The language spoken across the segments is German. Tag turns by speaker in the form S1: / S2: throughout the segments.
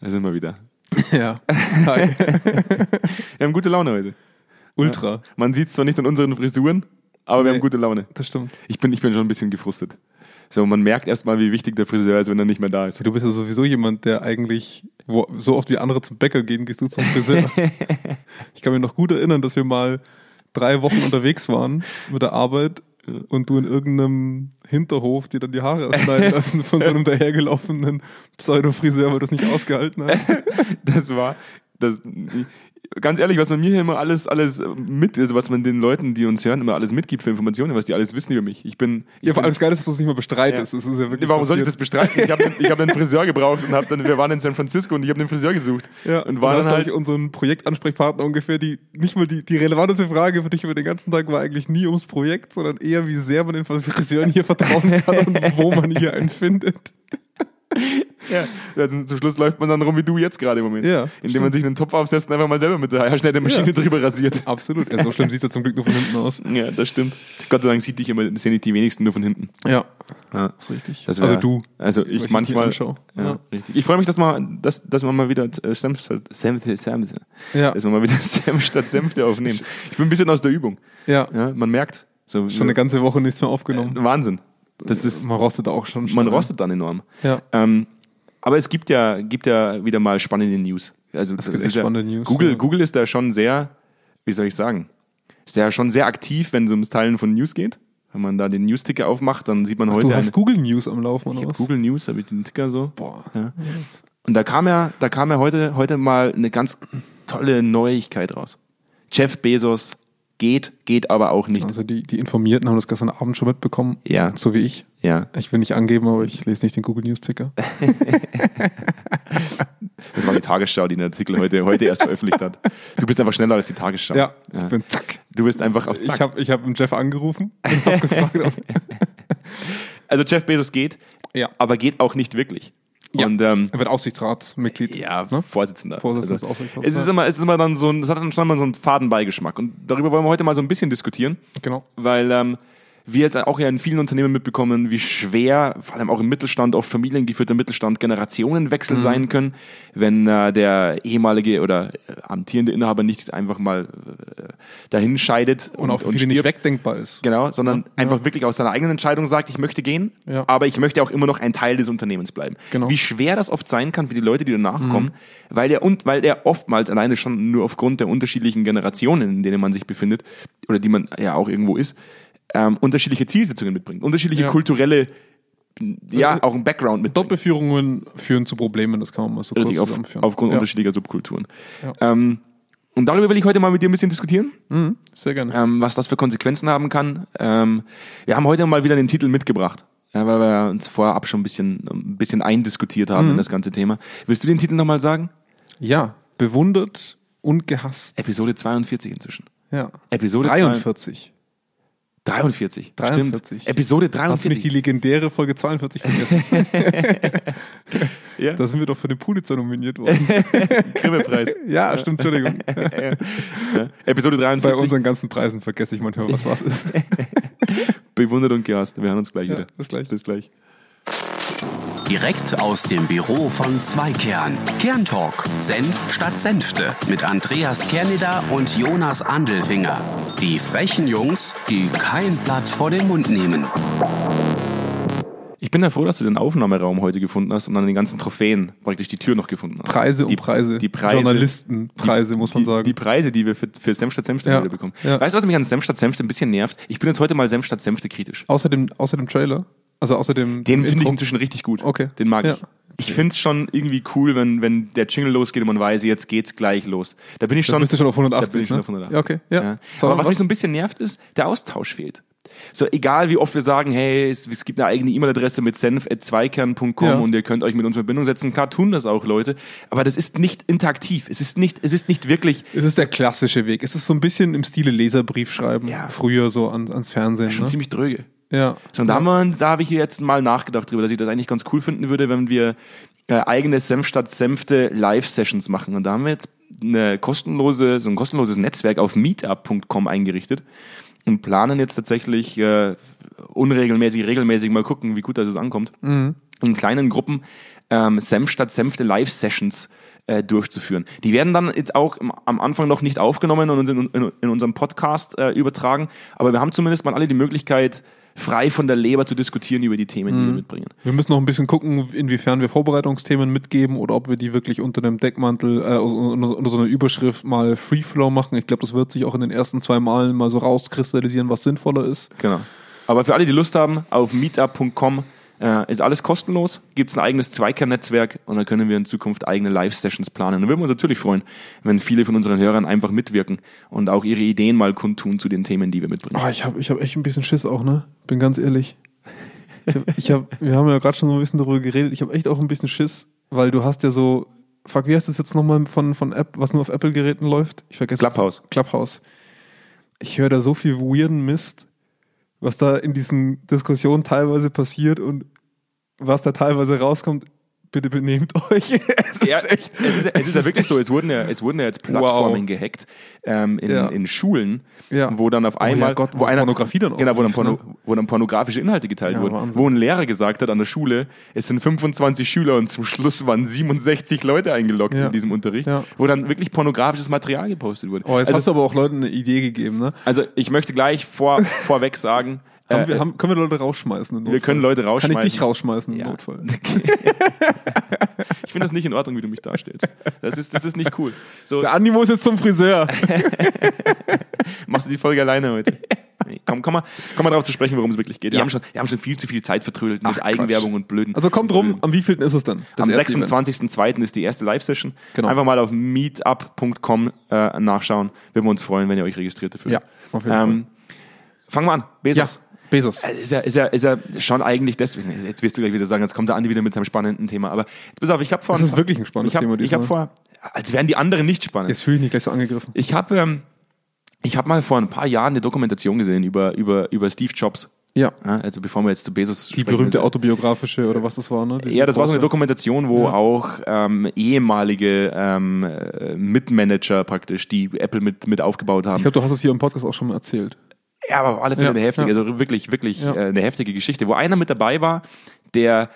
S1: Da sind wir wieder.
S2: Ja. Hi.
S1: Wir haben gute Laune heute.
S2: Ultra.
S1: Man sieht es zwar nicht an unseren Frisuren, aber wir
S2: Nee.
S1: haben gute Laune.
S2: Das stimmt.
S1: Ich bin, ich bin schon ein bisschen gefrustet. So, man merkt erstmal, wie wichtig der Friseur ist, wenn er nicht mehr da ist.
S2: Du bist ja sowieso jemand, der eigentlich, wo, so oft wie andere zum Bäcker gehen, gehst du zum Friseur. ich kann mich noch gut erinnern, dass wir mal drei Wochen unterwegs waren mit der Arbeit äh, und du in irgendeinem Hinterhof dir dann die Haare hast schneiden lassen von so einem dahergelaufenen Pseudo-Friseur, weil du es nicht ausgehalten hast.
S1: Das war. Das, ganz ehrlich, was man mir hier immer alles, alles mit ist, was man den Leuten, die uns hören, immer alles mitgibt für Informationen, was die alles wissen über mich. Ich bin. Ich
S2: Ja, vor
S1: bin
S2: allem das Geile ist, dass du es nicht mal bestreitest.
S1: Ja.
S2: Das ist ja wirklich
S1: Warum soll ich das
S2: passiert.
S1: bestreiten? Ich habe den, ich hab einen Friseur gebraucht und hab dann, wir waren in San Francisco und ich habe den Friseur gesucht.
S2: Ja,
S1: und waren dann
S2: hast, glaub ich,
S1: halt,
S2: unseren Projektansprechpartner ungefähr, die nicht mal die, die relevanteste Frage für dich über den ganzen Tag war eigentlich nie ums Projekt, sondern eher, wie sehr man den Friseuren hier vertrauen kann und wo man hier einen findet.
S1: ja, also zum Schluss läuft man dann rum wie du jetzt gerade im Moment.
S2: Ja,
S1: indem
S2: stimmt.
S1: man sich einen Topf aufsetzt und einfach mal selber mit der Haarschneidemaschine
S2: Ja.
S1: drüber rasiert.
S2: Absolut. Ja, so schlimm sieht er zum Glück nur von hinten aus.
S1: Ja, das stimmt. Gott sei Dank sieht dich immer, sehen dich die wenigsten nur von hinten.
S2: Ja,
S1: Ja.
S2: ist richtig.
S1: Das wär-
S2: also du.
S1: Also ich,
S2: Weil ich mich
S1: manchmal.
S2: anschaue.
S1: Ja,
S2: Ja.
S1: richtig. Ich freue mich, dass man, dass, dass man mal wieder äh, Senf, statt- Senf, Senf,
S2: Ja,
S1: dass man mal wieder Senf statt Senfte aufnehmen. Ich bin ein bisschen aus der Übung.
S2: ja.
S1: Ja, man merkt. So,
S2: Schon eine ganze Woche nichts mehr aufgenommen.
S1: Wahnsinn. Das ist,
S2: Man rostet auch schon.
S1: man
S2: schnell.
S1: rostet dann enorm.
S2: Ja.
S1: Ähm, aber es gibt ja, gibt ja wieder mal spannende News. Also das
S2: gibt
S1: ist
S2: echt
S1: ja,
S2: spannende News,
S1: Google,
S2: ja.
S1: Google ist da schon sehr, wie soll ich sagen, ist ja schon sehr aktiv, wenn es ums Teilen von News geht. Wenn man da den News-Ticker aufmacht, dann sieht man heute
S2: Du hast
S1: eine,
S2: Google News am Laufen, oder
S1: ich hab
S2: was?
S1: Google News, habe ich den Ticker so.
S2: Boah.
S1: Ja. Und da kam ja, da kam ja heute, heute mal eine ganz tolle Neuigkeit raus. Jeff Bezos geht, geht aber auch nicht.
S2: Also die, die Informierten haben das gestern Abend schon mitbekommen.
S1: Ja.
S2: So wie ich.
S1: Ja,
S2: Ich will nicht angeben, aber ich lese nicht den Google News Ticker.
S1: das war die Tagesschau, die den Artikel heute, heute erst veröffentlicht hat. Du bist einfach schneller als die Tagesschau.
S2: Ja, ich bin zack.
S1: Du bist einfach auf Zack.
S2: Ich habe ich hab einen Jeff angerufen und habe gefragt, ob.
S1: also Jeff Bezos geht,
S2: Ja.
S1: aber geht auch nicht wirklich.
S2: Ja.
S1: Und ähm,
S2: Er wird Aufsichtsratsmitglied.
S1: ja,
S2: Ne?
S1: Vorsitzender.
S2: Vorsitzender
S1: also,
S2: des Aufsichtsrates,
S1: es ist
S2: ja.
S1: immer, es ist immer dann so ein, es hat dann schon mal so einen Fadenbeigeschmack. Und darüber wollen wir heute mal so ein bisschen diskutieren.
S2: Genau.
S1: weil ähm, wir jetzt auch ja in vielen Unternehmen mitbekommen, wie schwer, vor allem auch im Mittelstand, oft familiengeführter Mittelstand, Generationenwechsel
S2: Mhm.
S1: sein können, wenn äh, der ehemalige oder äh, amtierende Inhaber nicht einfach mal äh, dahin scheidet
S2: Und, auf viele nicht wegdenkbar ist.
S1: Genau, sondern einfach wirklich aus seiner eigenen Entscheidung sagt, ich möchte gehen,
S2: Ja.
S1: aber ich möchte auch immer noch ein Teil des Unternehmens bleiben.
S2: Genau. Mhm.
S1: Wie schwer das oft sein kann für die Leute, die danach kommen, weil er und weil er oftmals alleine schon nur aufgrund der unterschiedlichen Generationen, in denen man sich befindet oder die man ja auch irgendwo ist, ähm, unterschiedliche Zielsetzungen mitbringt, unterschiedliche
S2: Ja. Äh,
S1: kulturelle, ja auch ein Background mit
S2: Doppelführungen führen zu Problemen, das kann man mal so kurz
S1: Richtig, auf,
S2: zusammenführen.
S1: aufgrund
S2: ja,
S1: unterschiedlicher Subkulturen.
S2: Ja.
S1: Ähm, und darüber will ich heute mal mit dir ein bisschen diskutieren
S2: Mhm. Sehr gerne.
S1: ähm, was das für Konsequenzen haben kann. Ähm, wir haben heute mal wieder den Titel mitgebracht, ja, weil wir uns vorab schon ein bisschen, ein bisschen eindiskutiert haben in
S2: Mhm.
S1: das ganze Thema. Willst du den Titel nochmal sagen?
S2: Ja, bewundert und gehasst.
S1: Episode 42 inzwischen.
S2: Ja.
S1: Episode
S2: 43.
S1: 43.
S2: 43.
S1: Stimmt. Episode
S2: Hast du nicht die
S1: 43.
S2: legendäre Folge 42 vergessen?
S1: Ja.
S2: Da sind wir doch für den Pulitzer nominiert worden.
S1: Grimme-Preis.
S2: ja, stimmt, Entschuldigung.
S1: ja. Episode
S2: Bei
S1: 43.
S2: unseren ganzen Preisen vergesse ich manchmal, was was ist.
S1: Bewundert und gehasst. Wir hören uns gleich
S2: Ja,
S1: wieder.
S2: bis gleich.
S1: Bis gleich.
S3: Direkt aus dem Büro von Zweikern. Kerntalk. Senf statt Senfte. Mit Andreas Kerneder und Jonas Andelfinger. Die frechen Jungs, die kein Blatt vor den Mund nehmen.
S1: Ich bin ja froh, dass du den Aufnahmeraum heute gefunden hast und dann den ganzen Trophäen praktisch die Tür noch gefunden hast.
S2: Preise um
S1: die,
S2: Preise.
S1: Die Preise.
S2: Journalistenpreise, muss man
S1: die,
S2: sagen.
S1: Die Preise, die wir für, für Senf statt Senfte
S2: Ja.
S1: wieder bekommen.
S2: Ja.
S1: Weißt du, was mich an Senf statt Senfte ein bisschen nervt? Ich bin jetzt heute mal Senf statt Senfte kritisch.
S2: außer, dem, außer dem Trailer? Also außer
S1: Den
S2: dem, dem
S1: finde ich
S2: Intro?
S1: inzwischen richtig gut.
S2: Okay.
S1: Den mag
S2: Ja.
S1: ich. Ich finde es schon irgendwie cool, wenn, wenn der Jingle losgeht und man weiß, jetzt geht's gleich los. Da bin ich schon,
S2: bist du schon auf 180,
S1: Da bin ich schon
S2: ne?
S1: auf 180.
S2: Ja, okay. Ja. Sag
S1: Aber
S2: mal
S1: was
S2: was.
S1: mich so ein bisschen nervt, ist, der Austausch fehlt. So, egal wie oft wir sagen, hey, es, es gibt eine eigene E-Mail-Adresse mit senf.zweikern.com
S2: Ja.
S1: und ihr könnt euch mit uns in Verbindung setzen. Klar tun das auch Leute, aber das ist nicht interaktiv. Es ist nicht, es ist nicht wirklich
S2: Es ist der klassische Weg. Es ist so ein bisschen im Stile Leserbrief schreiben.
S1: Ja.
S2: Früher so an, ans Fernsehen.
S1: schon
S2: Ne?
S1: ziemlich dröge.
S2: Ja.
S1: Schon da, haben wir uns- da habe ich jetzt mal nachgedacht drüber, dass ich das eigentlich ganz cool finden würde, wenn wir äh, eigene Senf statt Senfte Live-Sessions machen. Und da haben wir jetzt eine kostenlose, so ein kostenloses Netzwerk auf meetup.com eingerichtet und planen jetzt tatsächlich äh, unregelmäßig, regelmäßig mal gucken, wie gut das es ankommt, in kleinen Gruppen ähm, Senf statt Senfte Live-Sessions äh, durchzuführen. Die werden dann jetzt auch im, am Anfang noch nicht aufgenommen und in, in, in unserem Podcast äh, übertragen, aber wir haben zumindest mal alle die Möglichkeit, frei von der Leber zu diskutieren über die Themen, die wir mitbringen.
S2: Wir müssen noch ein bisschen gucken, inwiefern wir Vorbereitungsthemen mitgeben oder ob wir die wirklich unter einem Deckmantel, äh, unter, unter so einer Überschrift mal Free Flow machen. Ich glaube, das wird sich auch in den ersten zwei Malen mal so rauskristallisieren, was sinnvoller ist.
S1: Genau. Aber für alle, die Lust haben, auf meetup.com äh, ist alles kostenlos, gibt es ein eigenes Zweikern-Netzwerk und dann können wir in Zukunft eigene Live-Sessions planen. Und dann würden wir uns natürlich freuen, wenn viele von unseren Hörern einfach mitwirken und auch ihre Ideen mal kundtun zu den Themen, die wir mitbringen.
S2: Ah, ich habe ich hab echt ein bisschen Schiss auch, ne? Bin ganz ehrlich. Ich hab, ich hab, wir haben ja gerade schon so ein bisschen darüber geredet. Ich habe echt auch ein bisschen Schiss, weil du hast ja so, fuck, wie heißt das jetzt nochmal von, von App, was nur auf Apple-Geräten läuft? Ich vergesse es.
S1: Clubhouse.
S2: Clubhouse. Ich höre da so viel weirden Mist, was da in diesen Diskussionen teilweise passiert und was da teilweise rauskommt. Bitte benehmt euch. Es
S1: Ja, es ist, es ist ja wirklich
S2: echt-
S1: so, es wurden ja, es wurden ja jetzt Plattformen gehackt ähm, in,
S2: Ja.
S1: in Schulen,
S2: Ja.
S1: wo dann auf einmal
S2: Gott,
S1: wo,
S2: wo
S1: einer,
S2: Pornografie dann auch
S1: genau, wo dann,
S2: lief,
S1: Porno, wo dann pornografische Inhalte geteilt
S2: Ja,
S1: wurden,
S2: Wahnsinn.
S1: wo ein Lehrer gesagt hat an der Schule, es sind 25 Schüler und zum Schluss waren 67 Leute eingeloggt
S2: Ja.
S1: in diesem Unterricht,
S2: Ja.
S1: wo dann wirklich pornografisches Material gepostet wurde.
S2: Oh, jetzt hast
S1: also,
S2: du aber auch Leuten eine Idee gegeben, ne?
S1: also ich möchte gleich vor, vorweg sagen,
S2: Haben
S1: äh,
S2: wir, haben, können wir Leute rausschmeißen? im
S1: wir
S2: Notfall?
S1: können Leute rausschmeißen.
S2: Kann ich dich rausschmeißen im
S1: Ja.
S2: Notfall?
S1: Ich finde das nicht in Ordnung, wie du mich darstellst. Das ist, das ist nicht cool. So,
S2: Der Andi muss jetzt zum Friseur.
S1: Machst du die Folge alleine heute? Nee, komm, komm mal, komm mal drauf zu sprechen, worum es wirklich geht. Wir,
S2: Ja.
S1: haben schon, wir haben schon viel zu viel Zeit vertrödelt mit
S2: Ach,
S1: Eigenwerbung und blöden.
S2: Also kommt rum, am wievielten ist es dann?
S1: Am
S2: erste Event?
S1: 26.02. ist die erste Live-Session.
S2: Genau.
S1: Einfach mal auf meetup.com äh, nachschauen. Würden wir uns freuen, wenn ihr euch registriert dafür.
S2: Ja, auf jeden
S1: ähm, Fangen wir an.
S2: Ja,
S1: Bezos.
S2: Bezos.
S1: Also Ist ja, ist, ja, ist ja schon eigentlich deswegen. Jetzt wirst du gleich wieder sagen, jetzt kommt der Andi wieder mit seinem spannenden Thema. Aber jetzt pass auf, ich habe vor.
S2: Das ist wirklich ein spannendes
S1: ich hab,
S2: Thema
S1: Ich habe
S2: diesmal.
S1: vor, als wären die anderen nicht spannend.
S2: Jetzt fühle ich mich gleich so angegriffen.
S1: Ich habe ähm, ich hab mal vor ein paar Jahren eine Dokumentation gesehen über, über, über Steve Jobs.
S2: Ja.
S1: Ja, also bevor wir jetzt zu Bezos
S2: Die
S1: sprechen,
S2: berühmte
S1: ist-
S2: autobiografische oder was das war, ne? Diese
S1: Ja, das war so eine
S2: große-
S1: Dokumentation, wo auch ähm, ehemalige ähm, äh, Mitmanager praktisch, die Apple mit, mit aufgebaut haben.
S2: Ich glaube, du hast es hier im Podcast auch schon mal erzählt.
S1: Ja, aber auf alle Fälle
S2: Ja,
S1: eine heftige,
S2: ja.
S1: also wirklich, wirklich
S2: Ja.
S1: äh, eine heftige Geschichte, wo einer mit dabei war, der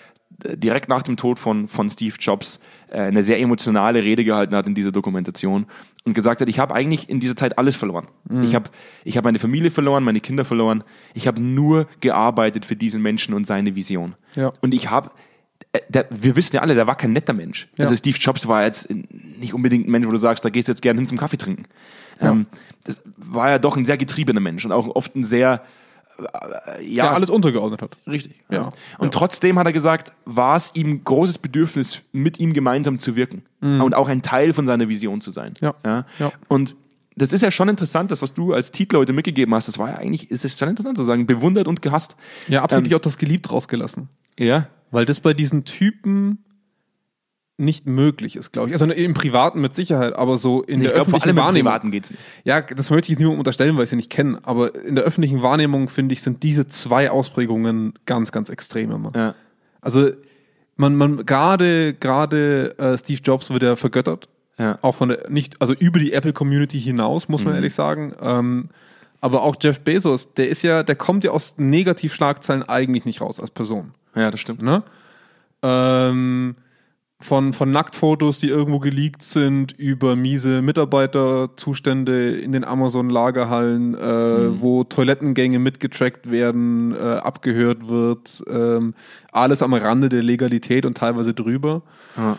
S1: äh, direkt nach dem Tod von, von Steve Jobs äh, eine sehr emotionale Rede gehalten hat in dieser Dokumentation und gesagt hat, ich habe eigentlich in dieser Zeit alles verloren.
S2: Mhm.
S1: Ich habe ich hab meine Familie verloren, meine Kinder verloren. Ich habe nur gearbeitet für diesen Menschen und seine Vision.
S2: Ja.
S1: Und ich habe, äh, der- wir wissen ja alle, der war kein netter Mensch.
S2: Ja.
S1: Also Steve Jobs war jetzt nicht unbedingt ein Mensch, wo du sagst, da gehst du jetzt gerne hin zum Kaffee trinken. Ähm, das war ja doch ein sehr getriebener Mensch und auch oft ein sehr, äh, ja,
S2: Der alles untergeordnet hat.
S1: richtig.
S2: Ja.
S1: Und trotzdem hat er gesagt, war es ihm großes Bedürfnis, mit ihm gemeinsam zu wirken und auch ein Teil von seiner Vision zu sein.
S2: Mhm. Ja.
S1: Ja?
S2: Ja.
S1: Und das ist ja schon interessant, das, was du als Titel heute mitgegeben hast, das war ja eigentlich, ist es schon interessant zu sagen, bewundert und gehasst.
S2: Ja, absichtlich auch das geliebt rausgelassen.
S1: Ja.
S2: Ähm. Weil das bei diesen Typen nicht möglich ist, glaube ich. Also im Privaten mit Sicherheit, aber so in
S1: Ich
S2: der
S1: glaube, vor
S2: öffentlichen
S1: allem im
S2: Wahrnehmung.
S1: Privaten geht es nicht.
S2: Ja, das möchte ich jetzt niemandem unterstellen, weil ich sie nicht kenne, aber in der öffentlichen Wahrnehmung, finde ich, sind diese zwei Ausprägungen ganz, ganz extrem immer.
S1: Ja.
S2: Also man, man gerade gerade äh, Steve Jobs wird ja vergöttert,
S1: Ja. Mhm.
S2: auch von der nicht also über die Apple Community hinaus muss man ehrlich sagen. Ähm, aber auch Jeff Bezos, der ist ja, der kommt ja aus Negativschlagzeilen eigentlich nicht raus als Person.
S1: ja, das stimmt.
S2: Ne? Ähm, von, von Nacktfotos, die irgendwo geleakt sind, über miese Mitarbeiterzustände in den Amazon-Lagerhallen, äh, wo Toilettengänge mitgetrackt werden, äh, abgehört wird, ähm, alles am Rande der Legalität und teilweise drüber.
S1: Ja.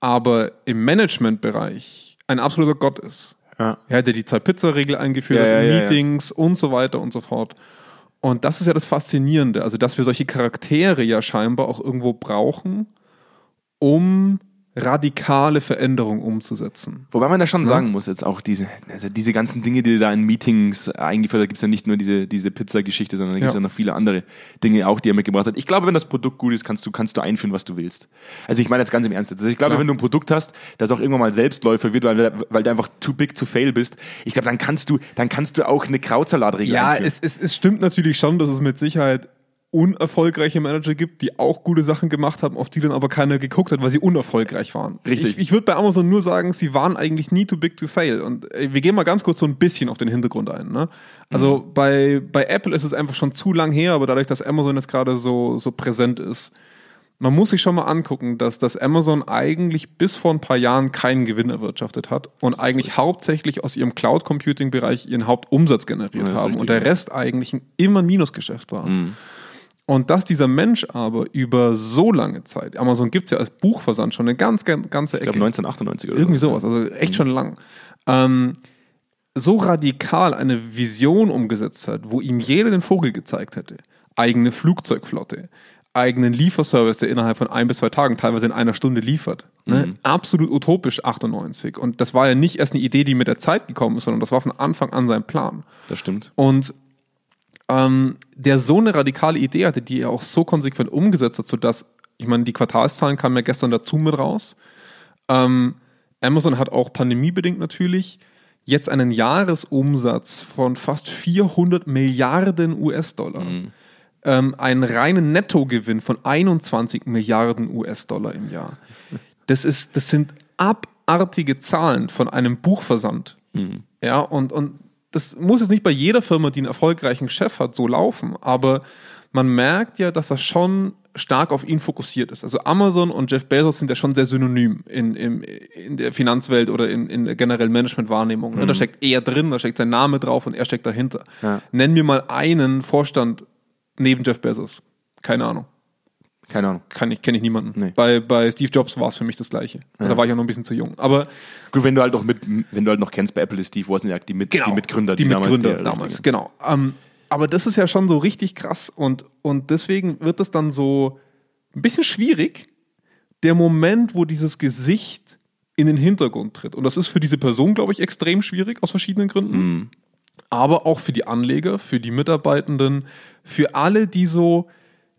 S2: Aber im Managementbereich ein absoluter Gott ist.
S1: Ja.
S2: Ja, der die Zwei-Pizza-Regel eingeführt
S1: Ja,
S2: hat,
S1: ja, ja, ja.
S2: Meetings und so weiter und so fort. Und das ist ja das Faszinierende, also dass wir solche Charaktere ja scheinbar auch irgendwo brauchen, um radikale Veränderungen umzusetzen.
S1: Wobei man da
S2: Mhm.
S1: schon sagen muss, jetzt auch diese, also diese ganzen Dinge, die da in Meetings eingeführt hat, gibt es ja nicht nur diese, diese Pizza-Geschichte, sondern da gibt es ja.
S2: Ja.
S1: noch viele andere Dinge auch, die er mitgebracht hat. Ich glaube, wenn das Produkt gut ist, kannst du, kannst du einführen, was du willst. Also ich meine jetzt ganz im Ernst. Also ich glaube,
S2: Klar.
S1: wenn du ein Produkt hast, das auch irgendwann mal Selbstläufer wird, weil, weil du einfach too big to fail bist, ich glaube, dann kannst du, dann kannst du auch eine Krautsalatregel
S2: Ja,
S1: einführen.
S2: es, es, es stimmt natürlich schon, dass es mit Sicherheit unerfolgreiche Manager gibt, die auch gute Sachen gemacht haben, auf die dann aber keiner geguckt hat, weil sie unerfolgreich waren.
S1: Richtig.
S2: Ich, ich würde bei Amazon nur sagen, sie waren eigentlich nie too big to fail. Und äh, wir gehen mal ganz kurz so ein bisschen auf den Hintergrund ein. Ne? Also bei, bei Apple ist es einfach schon zu lang her, aber dadurch, dass Amazon jetzt gerade so, so präsent ist, man muss sich schon mal angucken, dass das Amazon eigentlich bis vor ein paar Jahren keinen Gewinn erwirtschaftet hat und eigentlich hauptsächlich aus ihrem Cloud Computing Bereich ihren Hauptumsatz generiert
S1: Ja, das ist
S2: haben
S1: richtig,
S2: und der
S1: ja. Mhm.
S2: Rest eigentlich ein, immer ein Minusgeschäft war. Und dass dieser Mensch aber über so lange Zeit, Amazon gibt es ja als Buchversand schon eine ganz, ganz ganze
S1: Ich
S2: Ecke.
S1: glaube 1998 oder
S2: Irgendwie sowas, also echt schon lang. Ähm, so radikal eine Vision umgesetzt hat, wo ihm jeder den Vogel gezeigt hätte. Eigene Flugzeugflotte, eigenen Lieferservice, der innerhalb von ein bis zwei Tagen, teilweise in einer Stunde liefert. Ne? Absolut utopisch 98. Und das war ja nicht erst eine Idee, die mit der Zeit gekommen ist, sondern das war von Anfang an sein Plan.
S1: Das stimmt.
S2: Und ähm, der so eine radikale Idee hatte, die er auch so konsequent umgesetzt hat, sodass, ich meine, die Quartalszahlen kamen ja gestern dazu mit raus. Ähm, Amazon hat auch pandemiebedingt natürlich jetzt einen Jahresumsatz von fast 400 Milliarden US-Dollar. Ähm, einen reinen Nettogewinn von 21 Milliarden US-Dollar im Jahr. Das, ist, das sind abartige Zahlen von einem Buchversand. Ja, und, und das muss jetzt nicht bei jeder Firma, die einen erfolgreichen Chef hat, so laufen, aber man merkt ja, dass das schon stark auf ihn fokussiert ist. Also Amazon und Jeff Bezos sind ja schon sehr synonym in, in, in der Finanzwelt oder in, in der generellen Management-Wahrnehmung. ne? Da steckt er drin, da steckt sein Name drauf und er steckt dahinter.
S1: Ja.
S2: Nenn mir mal einen Vorstand neben Jeff Bezos. Keine Ahnung
S1: Keine Ahnung.
S2: kann ich, kenne ich niemanden.
S1: Nee.
S2: Bei, bei Steve Jobs war es für mich das Gleiche. Da war ich auch noch ein bisschen zu jung. Aber
S1: Gut, wenn du halt noch mit, wenn du halt noch kennst, bei Apple ist Steve Wozniak die, mit, die Mitgründer,
S2: Genau. die, Mitgründer
S1: der-
S2: damals, genau. Ähm, aber das ist ja schon so richtig krass und, und deswegen wird es dann so ein bisschen schwierig, der Moment, wo dieses Gesicht in den Hintergrund tritt. Und das ist für diese Person, glaube ich, extrem schwierig aus verschiedenen Gründen. Aber auch für die Anleger, für die Mitarbeitenden, für alle, die so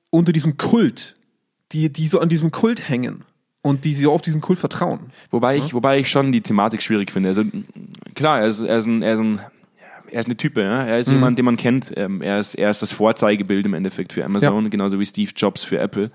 S2: unter diesem Kult, die, die so an diesem Kult hängen und die so auf diesen Kult vertrauen.
S1: Wobei
S2: Mhm.
S1: ich, wobei ich schon die Thematik schwierig finde. Also m, klar, er ist, er ist ein, er ist ein er ist eine Type, ja? er
S2: Mhm.
S1: ist jemand, den man kennt. Ähm, er, ist, er ist das Vorzeigebild im Endeffekt für Amazon, genauso wie Steve Jobs für Apple.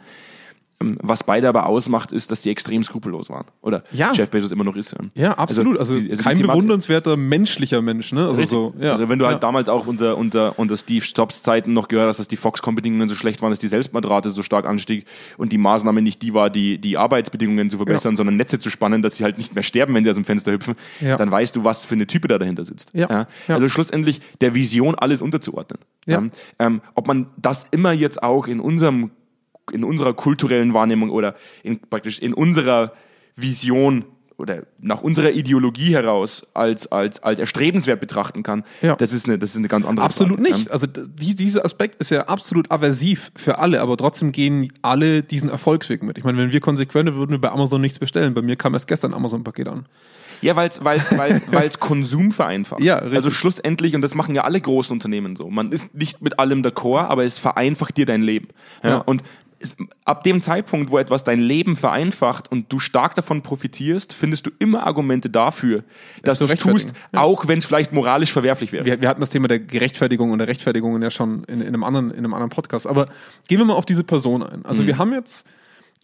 S1: Ähm, Was beide aber ausmacht, ist, dass sie extrem skrupellos waren. Oder
S2: Ja.
S1: Jeff Bezos immer noch ist.
S2: Ja, absolut. Also,
S1: die- die
S2: kein
S1: Thematik-
S2: bewundernswerter menschlicher Mensch, ne? Also,
S1: Richtig.
S2: so, ja.
S1: Also wenn du halt
S2: ja.
S1: damals auch unter, unter, unter Steve Jobs Zeiten noch gehört hast, dass die Foxconn-Bedingungen so schlecht waren, dass die Selbstmordrate so stark anstieg und die Maßnahme nicht die war, die, die Arbeitsbedingungen zu verbessern, sondern Netze zu spannen, dass sie halt nicht mehr sterben, wenn sie aus dem Fenster hüpfen,
S2: Ja.
S1: dann weißt du, was für eine Type da dahinter sitzt.
S2: Ja. Ja.
S1: Also schlussendlich der Vision alles unterzuordnen.
S2: Ja.
S1: Ähm, ähm, ob man das immer jetzt auch in unserem in unserer kulturellen Wahrnehmung oder in, praktisch in unserer Vision oder nach unserer Ideologie heraus als, als, als erstrebenswert betrachten kann,
S2: Ja.
S1: das, ist eine, das ist eine ganz andere
S2: Absolut
S1: Frage. ähm.
S2: nicht. Also d- die, dieser Aspekt ist ja absolut aversiv für alle, aber trotzdem gehen alle diesen Erfolgsweg mit. Ich meine, wenn wir konsequent wären, würden wir bei Amazon nichts bestellen. Bei mir kam erst gestern ein Amazon-Paket an.
S1: Ja, weil es weil's, weil's, weil's Konsum vereinfacht.
S2: Ja, richtig.
S1: also schlussendlich, und das machen ja alle großen Unternehmen so, man ist nicht mit allem d'accord, aber es vereinfacht dir dein Leben. Ja,
S2: Ja.
S1: Und es, ab dem Zeitpunkt, wo etwas dein Leben vereinfacht und du stark davon profitierst, findest du immer Argumente dafür, dass
S2: zu
S1: du es tust,
S2: rechtfertigen.
S1: auch wenn es vielleicht moralisch verwerflich wäre.
S2: Wir, wir hatten das Thema der Gerechtfertigung und der Rechtfertigung ja schon in, in, einem anderen, in einem anderen Podcast. Aber gehen wir mal auf diese Person ein.
S1: Mhm.
S2: Also wir haben jetzt,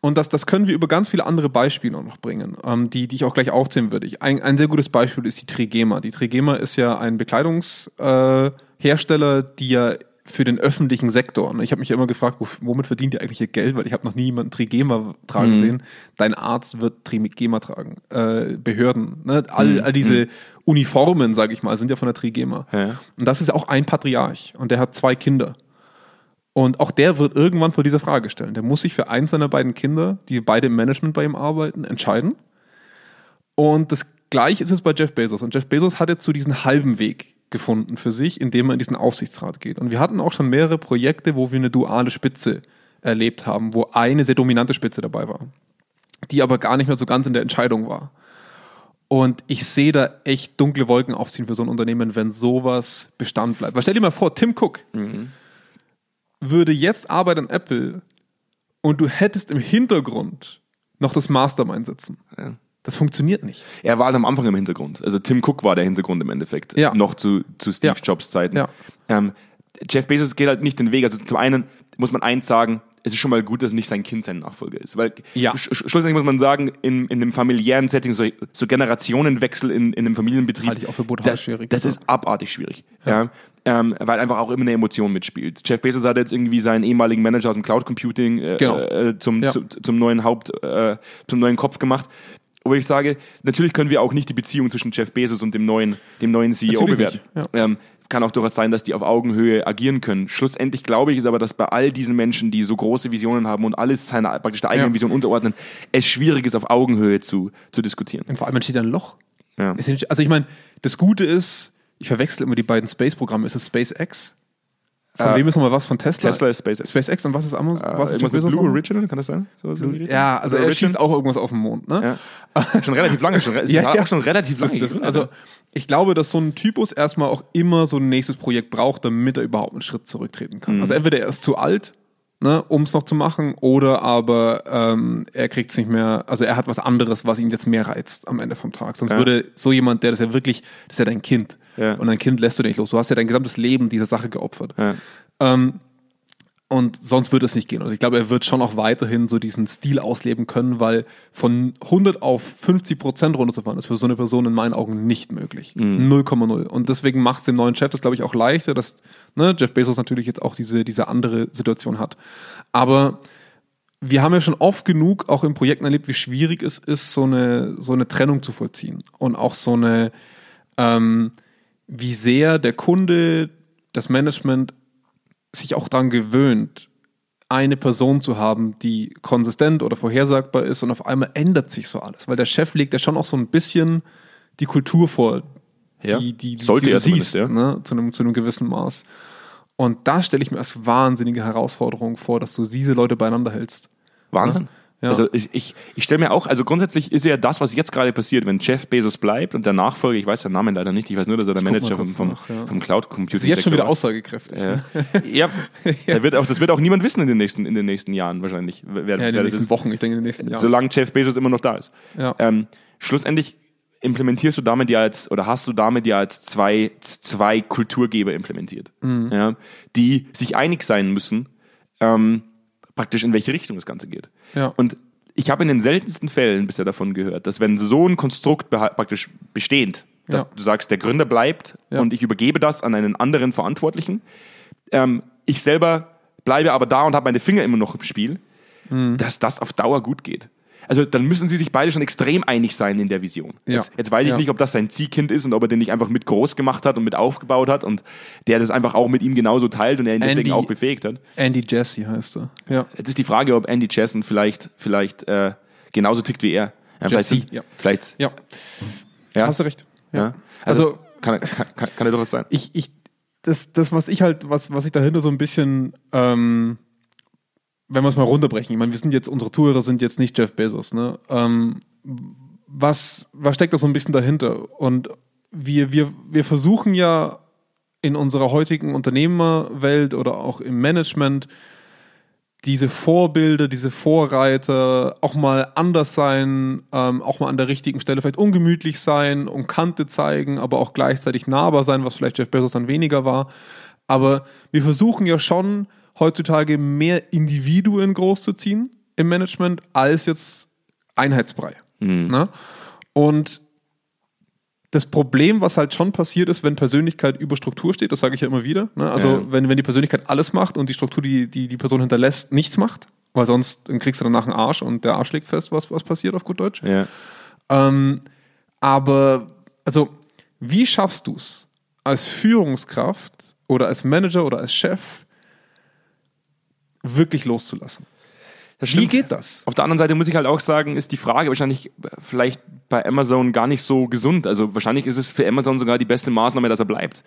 S2: und das, das können wir über ganz viele andere Beispiele auch noch bringen, ähm, die, die ich auch gleich aufzählen würde. Ich, ein, ein sehr gutes Beispiel ist die Trigema. Die Trigema ist ja ein Bekleidungshersteller, äh, Hersteller, die ja für den öffentlichen Sektor. ne? Ich habe mich ja immer gefragt, wo, womit verdient ihr eigentlich ihr Geld? Weil ich habe noch nie jemanden Trigema tragen sehen. Dein Arzt wird Trigema tragen. Äh, Behörden. Ne? All, all diese Uniformen, sage ich mal, sind ja von der Trigema.
S1: Ja.
S2: Und das ist auch ein Patriarch und der hat zwei Kinder. Und auch der wird irgendwann vor dieser Frage stellen. Der muss sich für eins seiner beiden Kinder, die beide im Management bei ihm arbeiten, entscheiden. Und das Gleiche ist es bei Jeff Bezos. Und Jeff Bezos hat jetzt so diesen halben Weg gefunden für sich, indem er in diesen Aufsichtsrat geht. Und wir hatten auch schon mehrere Projekte, wo wir eine duale Spitze erlebt haben, wo eine sehr dominante Spitze dabei war, die aber gar nicht mehr so ganz in der Entscheidung war. Und ich sehe da echt dunkle Wolken aufziehen für so ein Unternehmen, wenn sowas Bestand bleibt. Weil stell dir mal vor, Tim Cook würde jetzt arbeiten an Apple und du hättest im Hintergrund noch das Mastermind sitzen. Das funktioniert nicht.
S1: Er war halt am Anfang im Hintergrund. Also Tim Cook war der Hintergrund im Endeffekt.
S2: Ja.
S1: Noch zu, zu Steve
S2: Ja.
S1: Jobs Zeiten.
S2: Ja.
S1: Ähm, Jeff Bezos geht halt nicht den Weg. Also zum einen muss man eins sagen, es ist schon mal gut, dass nicht sein Kind sein Nachfolger ist. Weil
S2: Ja.
S1: sch sch- schlussendlich muss man sagen, in, in einem familiären Setting, so, so Generationenwechsel in, in einem Familienbetrieb,
S2: Halte ich auch für brutal
S1: das,
S2: schwierig.
S1: das ist abartig schwierig. Ja. Ähm, weil einfach auch immer eine Emotion mitspielt. Jeff Bezos hat jetzt irgendwie seinen ehemaligen Manager aus dem Cloud Computing äh,
S2: Genau.
S1: äh, zum,
S2: Ja.
S1: zu, zum neuen Haupt, äh, zum neuen Kopf gemacht. Wo ich sage, natürlich können wir auch nicht die Beziehung zwischen Jeff Bezos und dem neuen, dem neuen CEO
S2: Natürlich
S1: bewerten.
S2: nicht,
S1: Ähm, kann auch durchaus sein, dass die auf Augenhöhe agieren können. Schlussendlich glaube ich, ist aber, dass bei all diesen Menschen, die so große Visionen haben und alles seiner praktisch der eigenen
S2: Ja.
S1: Vision unterordnen, es schwierig ist, auf Augenhöhe zu, zu diskutieren.
S2: Und vor allem entsteht ein Loch.
S1: Ja.
S2: Es sind- Also ich meine, das Gute ist, ich verwechsel immer die beiden Space-Programme. Ist es SpaceX? Von
S1: Äh,
S2: wem ist nochmal was? Von Tesla?
S1: Tesla ist SpaceX.
S2: SpaceX und was ist Amazon?
S1: Äh,
S2: was ist
S1: irgendwas
S2: Jeff Bezos
S1: mit Blue
S2: noch?
S1: Origin, kann das sein? Sowas in die Richtung?
S2: Ja, also
S1: Blue
S2: er
S1: Origin?
S2: schießt auch irgendwas auf den Mond. Ne?
S1: Ja. Schon relativ lange, schon, re-
S2: Ja,
S1: ist
S2: ja.
S1: auch schon relativ
S2: Das,
S1: lange.
S2: das,
S1: her,
S2: also
S1: oder?
S2: ich glaube, dass so ein Typus erstmal auch immer so ein nächstes Projekt braucht, damit er überhaupt einen Schritt zurücktreten kann.
S1: Mhm.
S2: Also entweder er ist zu alt, ne, um es noch zu machen, oder aber ähm, er kriegt es nicht mehr, also er hat was anderes, was ihn jetzt mehr reizt am Ende vom Tag. Sonst
S1: Ja.
S2: würde so jemand, der das ja wirklich, das ist ja dein Kind.
S1: Ja.
S2: Und dein Kind lässt du nicht los. Du hast ja dein gesamtes Leben dieser Sache geopfert.
S1: Ja.
S2: Ähm, und sonst würde es nicht gehen. Also ich glaube, er wird schon auch weiterhin so diesen Stil ausleben können, weil von 100 auf 50 Prozent runterzufahren ist für so eine Person in meinen Augen nicht möglich. 0,0. Und deswegen macht es dem neuen Chef das, glaube ich, auch leichter, dass ne, Jeff Bezos natürlich jetzt auch diese, diese andere Situation hat. Aber wir haben ja schon oft genug auch in Projekten erlebt, wie schwierig es ist, so eine, so eine Trennung zu vollziehen. Und auch so eine, ähm, wie sehr der Kunde, das Management sich auch daran gewöhnt, eine Person zu haben, die konsistent oder vorhersagbar ist und auf einmal ändert sich so alles. Weil der Chef legt ja schon auch so ein bisschen die Kultur vor,
S1: Ja.
S2: die, die, die,
S1: Sollte
S2: die du
S1: er zumindest,
S2: siehst,
S1: ja.
S2: ne? zu, einem, zu einem gewissen Maß. Und da stelle ich mir als wahnsinnige Herausforderung vor, dass du diese Leute beieinander hältst.
S1: Wahnsinn.
S2: Ja.
S1: Also ich, ich, ich stelle mir auch, also grundsätzlich ist ja das, was jetzt gerade passiert, wenn Jeff Bezos bleibt und der Nachfolger, ich weiß seinen Namen leider nicht, ich weiß nur, dass er der
S2: guck mal
S1: Manager vom,
S2: kurz
S1: vom,
S2: nach, ja.
S1: vom Cloud Computing
S2: Das ist jetzt schon wieder
S1: Sektor
S2: aussagekräftig.
S1: war. Äh, ja, Da wird auch, das wird auch niemand wissen in den nächsten, in den nächsten Jahren wahrscheinlich. Wer, wer
S2: Ja, in den
S1: das
S2: nächsten
S1: ist.
S2: Wochen, ich denke in den nächsten Jahren.
S1: solange Jeff Bezos immer noch da ist.
S2: Ja.
S1: Ähm, schlussendlich implementierst du damit ja als, oder hast du damit ja als zwei, zwei Kulturgeber implementiert,
S2: Mhm.
S1: ja, die sich einig sein müssen, ähm, praktisch in welche Richtung das Ganze geht.
S2: Ja.
S1: Und ich habe in den seltensten Fällen bisher davon gehört, dass wenn so ein Konstrukt beha- praktisch bestehend, dass
S2: Ja.
S1: du sagst, der Gründer bleibt
S2: Ja.
S1: und ich übergebe das an einen anderen Verantwortlichen, ähm, ich selber bleibe aber da und habe meine Finger immer noch im Spiel,
S2: Hm.
S1: dass das auf Dauer gut geht. Also dann müssen sie sich beide schon extrem einig sein in der Vision.
S2: Ja.
S1: Jetzt, jetzt weiß ich
S2: Ja.
S1: nicht, ob das sein Ziehkind ist und ob er den nicht einfach mit groß gemacht hat und mit aufgebaut hat und der das einfach auch mit ihm genauso teilt und er ihn deswegen
S2: Andy-
S1: auch befähigt hat.
S2: Andy Jassy heißt er. Ja.
S1: Jetzt ist die Frage, ob Andy Chesson vielleicht, vielleicht äh, genauso tickt wie er. Ja, vielleicht,
S2: Jesse,
S1: sind-
S2: ja.
S1: vielleicht,
S2: ja.
S1: ja.
S2: Hast du recht.
S1: Ja.
S2: Also-
S1: Also, kann, kann, kann, kann er durchaus sein.
S2: ich, ich, das, das, was ich halt, was, was ich dahinter so ein bisschen, ähm, wenn wir es mal runterbrechen, ich meine, wir sind jetzt, unsere Zuhörer sind jetzt nicht Jeff Bezos, ne? Ähm, was, was steckt da so ein bisschen dahinter? Und wir, wir, wir versuchen ja in unserer heutigen Unternehmerwelt oder auch im Management diese Vorbilder, diese Vorreiter auch mal anders sein, ähm, auch mal an der richtigen Stelle vielleicht ungemütlich sein und Kante zeigen, aber auch gleichzeitig nahbar sein, was vielleicht Jeff Bezos dann weniger war. Aber wir versuchen ja schon heutzutage mehr Individuen großzuziehen im Management als jetzt Einheitsbrei. Ne? Und das Problem, was halt schon passiert ist, wenn Persönlichkeit über Struktur steht, das sage ich ja immer wieder. Ne? Also
S1: Ja.
S2: wenn, wenn die Persönlichkeit alles macht und die Struktur, die die, die Person hinterlässt, nichts macht, weil sonst dann kriegst du danach einen Arsch und der Arsch legt fest, was, was passiert auf gut Deutsch.
S1: Ja.
S2: Ähm, aber also wie schaffst du es als Führungskraft oder als Manager oder als Chef wirklich loszulassen?
S1: Das
S2: Wie
S1: stimmt.
S2: geht das?
S1: Auf der anderen Seite muss ich halt auch sagen, ist die Frage wahrscheinlich äh, vielleicht bei Amazon gar nicht so gesund. Also wahrscheinlich ist es für Amazon sogar die beste Maßnahme, dass er bleibt.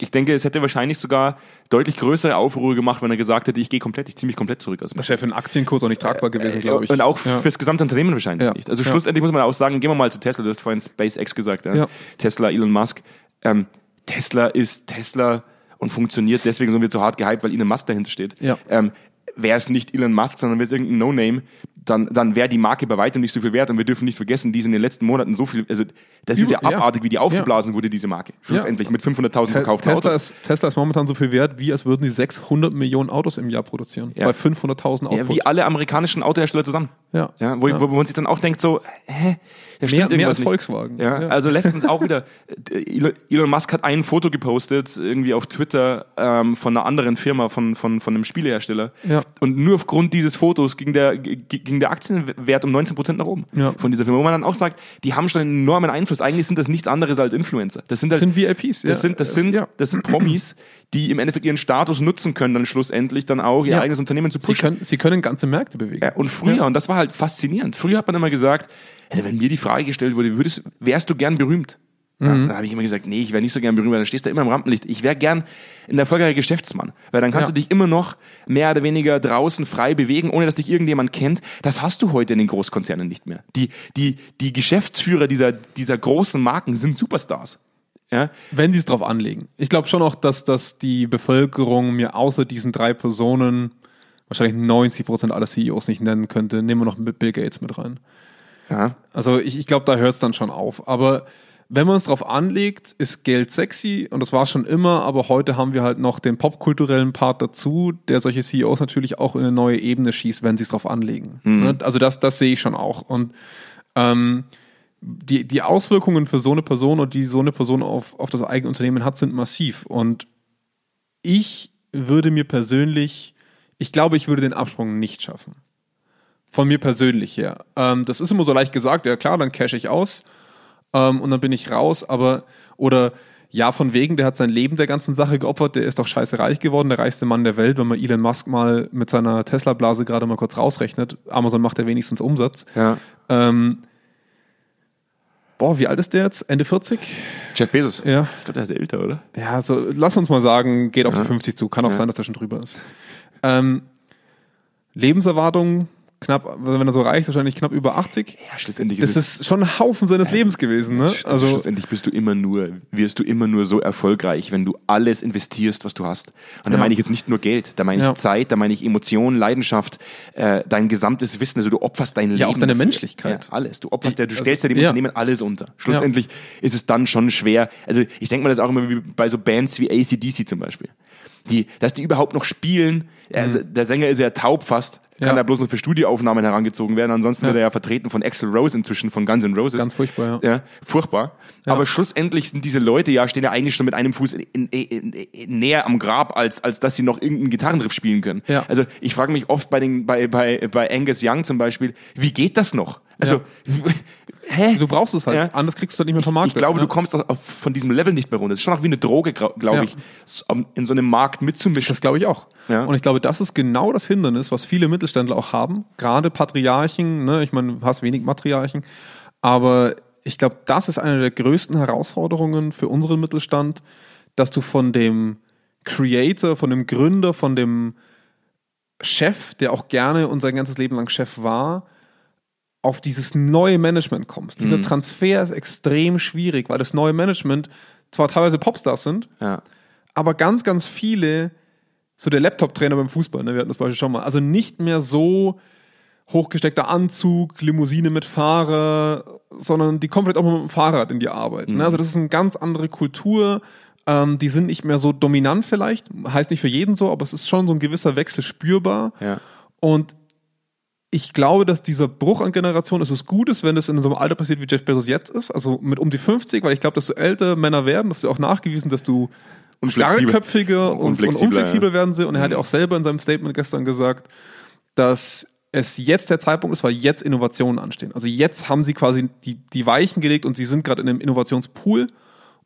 S1: Ich denke, es hätte wahrscheinlich sogar deutlich größere Aufruhr gemacht, wenn er gesagt hätte, ich gehe komplett, ich ziehe mich komplett zurück aus dem
S2: Das wäre für einen Aktienkurs auch nicht tragbar gewesen, glaube ich.
S1: Äh, Und auch
S2: ja.
S1: fürs gesamte Unternehmen wahrscheinlich
S2: Ja.
S1: nicht. Also
S2: Ja.
S1: schlussendlich muss man auch sagen, gehen wir mal zu Tesla, du hast vorhin SpaceX gesagt, ja?
S2: Ja.
S1: Tesla, Elon Musk. Ähm, Tesla ist Tesla und funktioniert, deswegen sind wir so hart gehypt, weil Elon Musk dahinter steht.
S2: Ja.
S1: Ähm, wäre es nicht Elon Musk, sondern wäre es irgendein No-Name, dann, dann wäre die Marke bei weitem nicht so viel wert. Und wir dürfen nicht vergessen, die ist in den letzten Monaten so viel, also das ist ja
S2: Über- ja.
S1: abartig, wie die aufgeblasen wurde, diese Marke. Schlussendlich mit 500.000 verkauften
S2: Tesla
S1: Autos.
S2: ist, Tesla ist momentan so viel wert, wie als würden die 600 Millionen Autos im Jahr produzieren.
S1: Ja.
S2: Bei 500.000
S1: Ja,
S2: Output.
S1: wie alle amerikanischen Autohersteller zusammen.
S2: Ja.
S1: Ja, wo, wo man sich dann auch denkt, so, hä, da stimmt
S2: mehr, mehr
S1: irgendwas
S2: als
S1: nicht.
S2: Volkswagen.
S1: Ja,
S2: Ja.
S1: also letztens auch wieder, äh, Elon Musk hat ein Foto gepostet, irgendwie auf Twitter, ähm, von einer anderen Firma, von, von, von einem Spielehersteller.
S2: Ja.
S1: Und nur aufgrund dieses Fotos ging der, g- ging der Aktienwert um 19% nach oben
S2: Ja.
S1: von dieser Firma. Wo man dann auch sagt, die haben schon einen enormen Einfluss. Eigentlich sind das nichts anderes als Influencer. Das sind,
S2: Das
S1: halt,
S2: sind VIPs.
S1: das sind, das sind,
S2: Ja.
S1: das sind Promis, die im Endeffekt ihren Status nutzen können, dann schlussendlich dann auch ihr
S2: Ja.
S1: eigenes Unternehmen zu
S2: Sie,
S1: pushen.
S2: können, sie können ganze Märkte bewegen.
S1: Ja, und früher, und das war halt faszinierend, früher hat man immer gesagt, also wenn mir die Frage gestellt wurde, würdest, wärst du gern berühmt? Ja, Dann habe ich immer gesagt, nee, ich wäre nicht so gern berühmt, weil dann stehst du immer im Rampenlicht. Ich wäre gern ein erfolgreicher Geschäftsmann, weil dann kannst
S2: Ja.
S1: du dich immer noch mehr oder weniger draußen frei bewegen, ohne dass dich irgendjemand kennt. Das hast du heute in den Großkonzernen nicht mehr. Die, die, die Geschäftsführer dieser, dieser großen Marken sind Superstars. Ja,
S2: Wenn sie es drauf anlegen. Ich glaube schon auch, dass, dass die Bevölkerung mir außer diesen drei Personen wahrscheinlich 90 Prozent aller CEOs nicht nennen könnte. Nehmen wir noch mit Bill Gates mit rein.
S1: ja.
S2: Also ich, ich glaube, da hört es dann schon auf. Aber wenn man es drauf anlegt, ist Geld sexy und das war schon immer, aber heute haben wir halt noch den popkulturellen Part dazu, der solche CEOs natürlich auch in eine neue Ebene schießt, wenn sie es drauf anlegen. Ne? Also das, das sehe ich schon auch. Und ähm, die, die Auswirkungen für so eine Person und die so eine Person auf, auf das eigene Unternehmen hat, sind massiv. Und ich würde mir persönlich, ich glaube, ich würde den Absprung nicht schaffen. Von mir persönlich her. Ähm, das ist immer so leicht gesagt, ja klar, dann cash ich aus ähm, und dann bin ich raus, aber oder ja, von wegen, der hat sein Leben der ganzen Sache geopfert, der ist doch scheiße reich geworden, der reichste Mann der Welt, wenn man Elon Musk mal mit seiner Tesla-Blase gerade mal kurz rausrechnet. Amazon macht ja wenigstens Umsatz.
S1: ja.
S2: Ähm, boah, wie alt ist der jetzt? Ende 40?
S1: Jeff Bezos.
S2: Ja.
S1: Ich glaube, der ist älter, oder?
S2: Ja, so lass uns mal sagen, geht auf die 50 zu. Kann auch sein, dass er schon drüber ist. Ähm, Lebenserwartung knapp, wenn er so reicht, wahrscheinlich knapp über 80.
S1: Ja, schlussendlich
S2: Das ist schon ein Haufen seines Lebens gewesen. Ne?
S1: Sch- Also
S2: Also
S1: schlussendlich bist du immer nur, wirst du immer nur so erfolgreich, wenn du alles investierst, was du hast. Und da meine ich jetzt nicht nur Geld, da meine ich
S2: Ja.
S1: Zeit, da meine ich Emotionen, Leidenschaft, äh, dein gesamtes Wissen. Also du opferst dein
S2: Ja,
S1: Leben.
S2: auch deine
S1: für-
S2: Menschlichkeit.
S1: Ja, alles. Du opferst, ja, du
S2: also,
S1: stellst ja dem
S2: ja.
S1: Unternehmen alles unter. Schlussendlich ist es dann schon schwer. Also ich denke mal, das ist auch immer wie bei so Bands wie ACDC zum Beispiel. Die, dass die überhaupt noch spielen, also der Sänger ist ja taub fast, kann
S2: Mhm. Ja.
S1: ja. bloß noch für Studioaufnahmen herangezogen werden. Ansonsten wird er ja vertreten von Axel Rose inzwischen, von Guns N' Roses.
S2: Ganz furchtbar, ja.
S1: Ja, furchtbar. Aber schlussendlich sind diese Leute ja, stehen ja eigentlich schon mit einem Fuß in, in, in, in, näher am Grab, als, als dass sie noch irgendeinen Gitarrenriff spielen können.
S2: Ja.
S1: Also ich frage mich oft bei, den, bei, bei, bei Angus Young zum Beispiel, wie geht das noch? Also, hä?
S2: du brauchst es halt.
S1: Ja.
S2: Anders kriegst du es nicht mehr vermarktet. ne?
S1: Ich glaube,
S2: ja.
S1: du kommst auch auf, von diesem Level nicht mehr runter. Es ist schon auch wie eine Droge, glaube
S2: Ja.
S1: ich, so- um in so einem Markt mitzumischen.
S2: Das glaube ich auch.
S1: Ja.
S2: Und ich glaube, das ist genau das Hindernis, was viele Mittelständler auch haben. Gerade Patriarchen, ne? ich meine, du hast wenig Matriarchen, aber ich glaube, das ist eine der größten Herausforderungen für unseren Mittelstand, dass du von dem Creator, von dem Gründer, von dem Chef, der auch gerne und sein ganzes Leben lang Chef war, auf dieses neue Management kommst. Dieser Transfer ist extrem schwierig, weil das neue Management zwar teilweise Popstars sind,
S1: ja.
S2: aber ganz, ganz viele, so der Laptop-Trainer beim Fußball, ne, wir hatten das Beispiel schon mal, also nicht mehr so hochgesteckter Anzug, Limousine mit Fahrer, sondern die kommen vielleicht auch mal mit dem Fahrrad in die Arbeit. Ne? Also das ist eine ganz andere Kultur. Ähm, die sind nicht mehr so dominant vielleicht, heißt nicht für jeden so, aber es ist schon so ein gewisser Wechsel spürbar.
S1: Ja.
S2: Und ich glaube, dass dieser Bruch an Generationen, es ist gut, ist, wenn das in so einem Alter passiert, wie Jeff Bezos jetzt ist, also mit um die 50, weil ich glaube, dass so ältere Männer werden, das ist ja auch nachgewiesen, dass du
S1: Und flexibel.
S2: starrköpfiger und, und
S1: Unflexibler,
S2: unflexibel
S1: ja. Mhm.
S2: werden sie. Und er hat ja auch selber in seinem Statement gestern gesagt, dass es jetzt der Zeitpunkt ist, weil jetzt Innovationen anstehen. Also jetzt haben sie quasi die, die Weichen gelegt und sie sind gerade in einem Innovationspool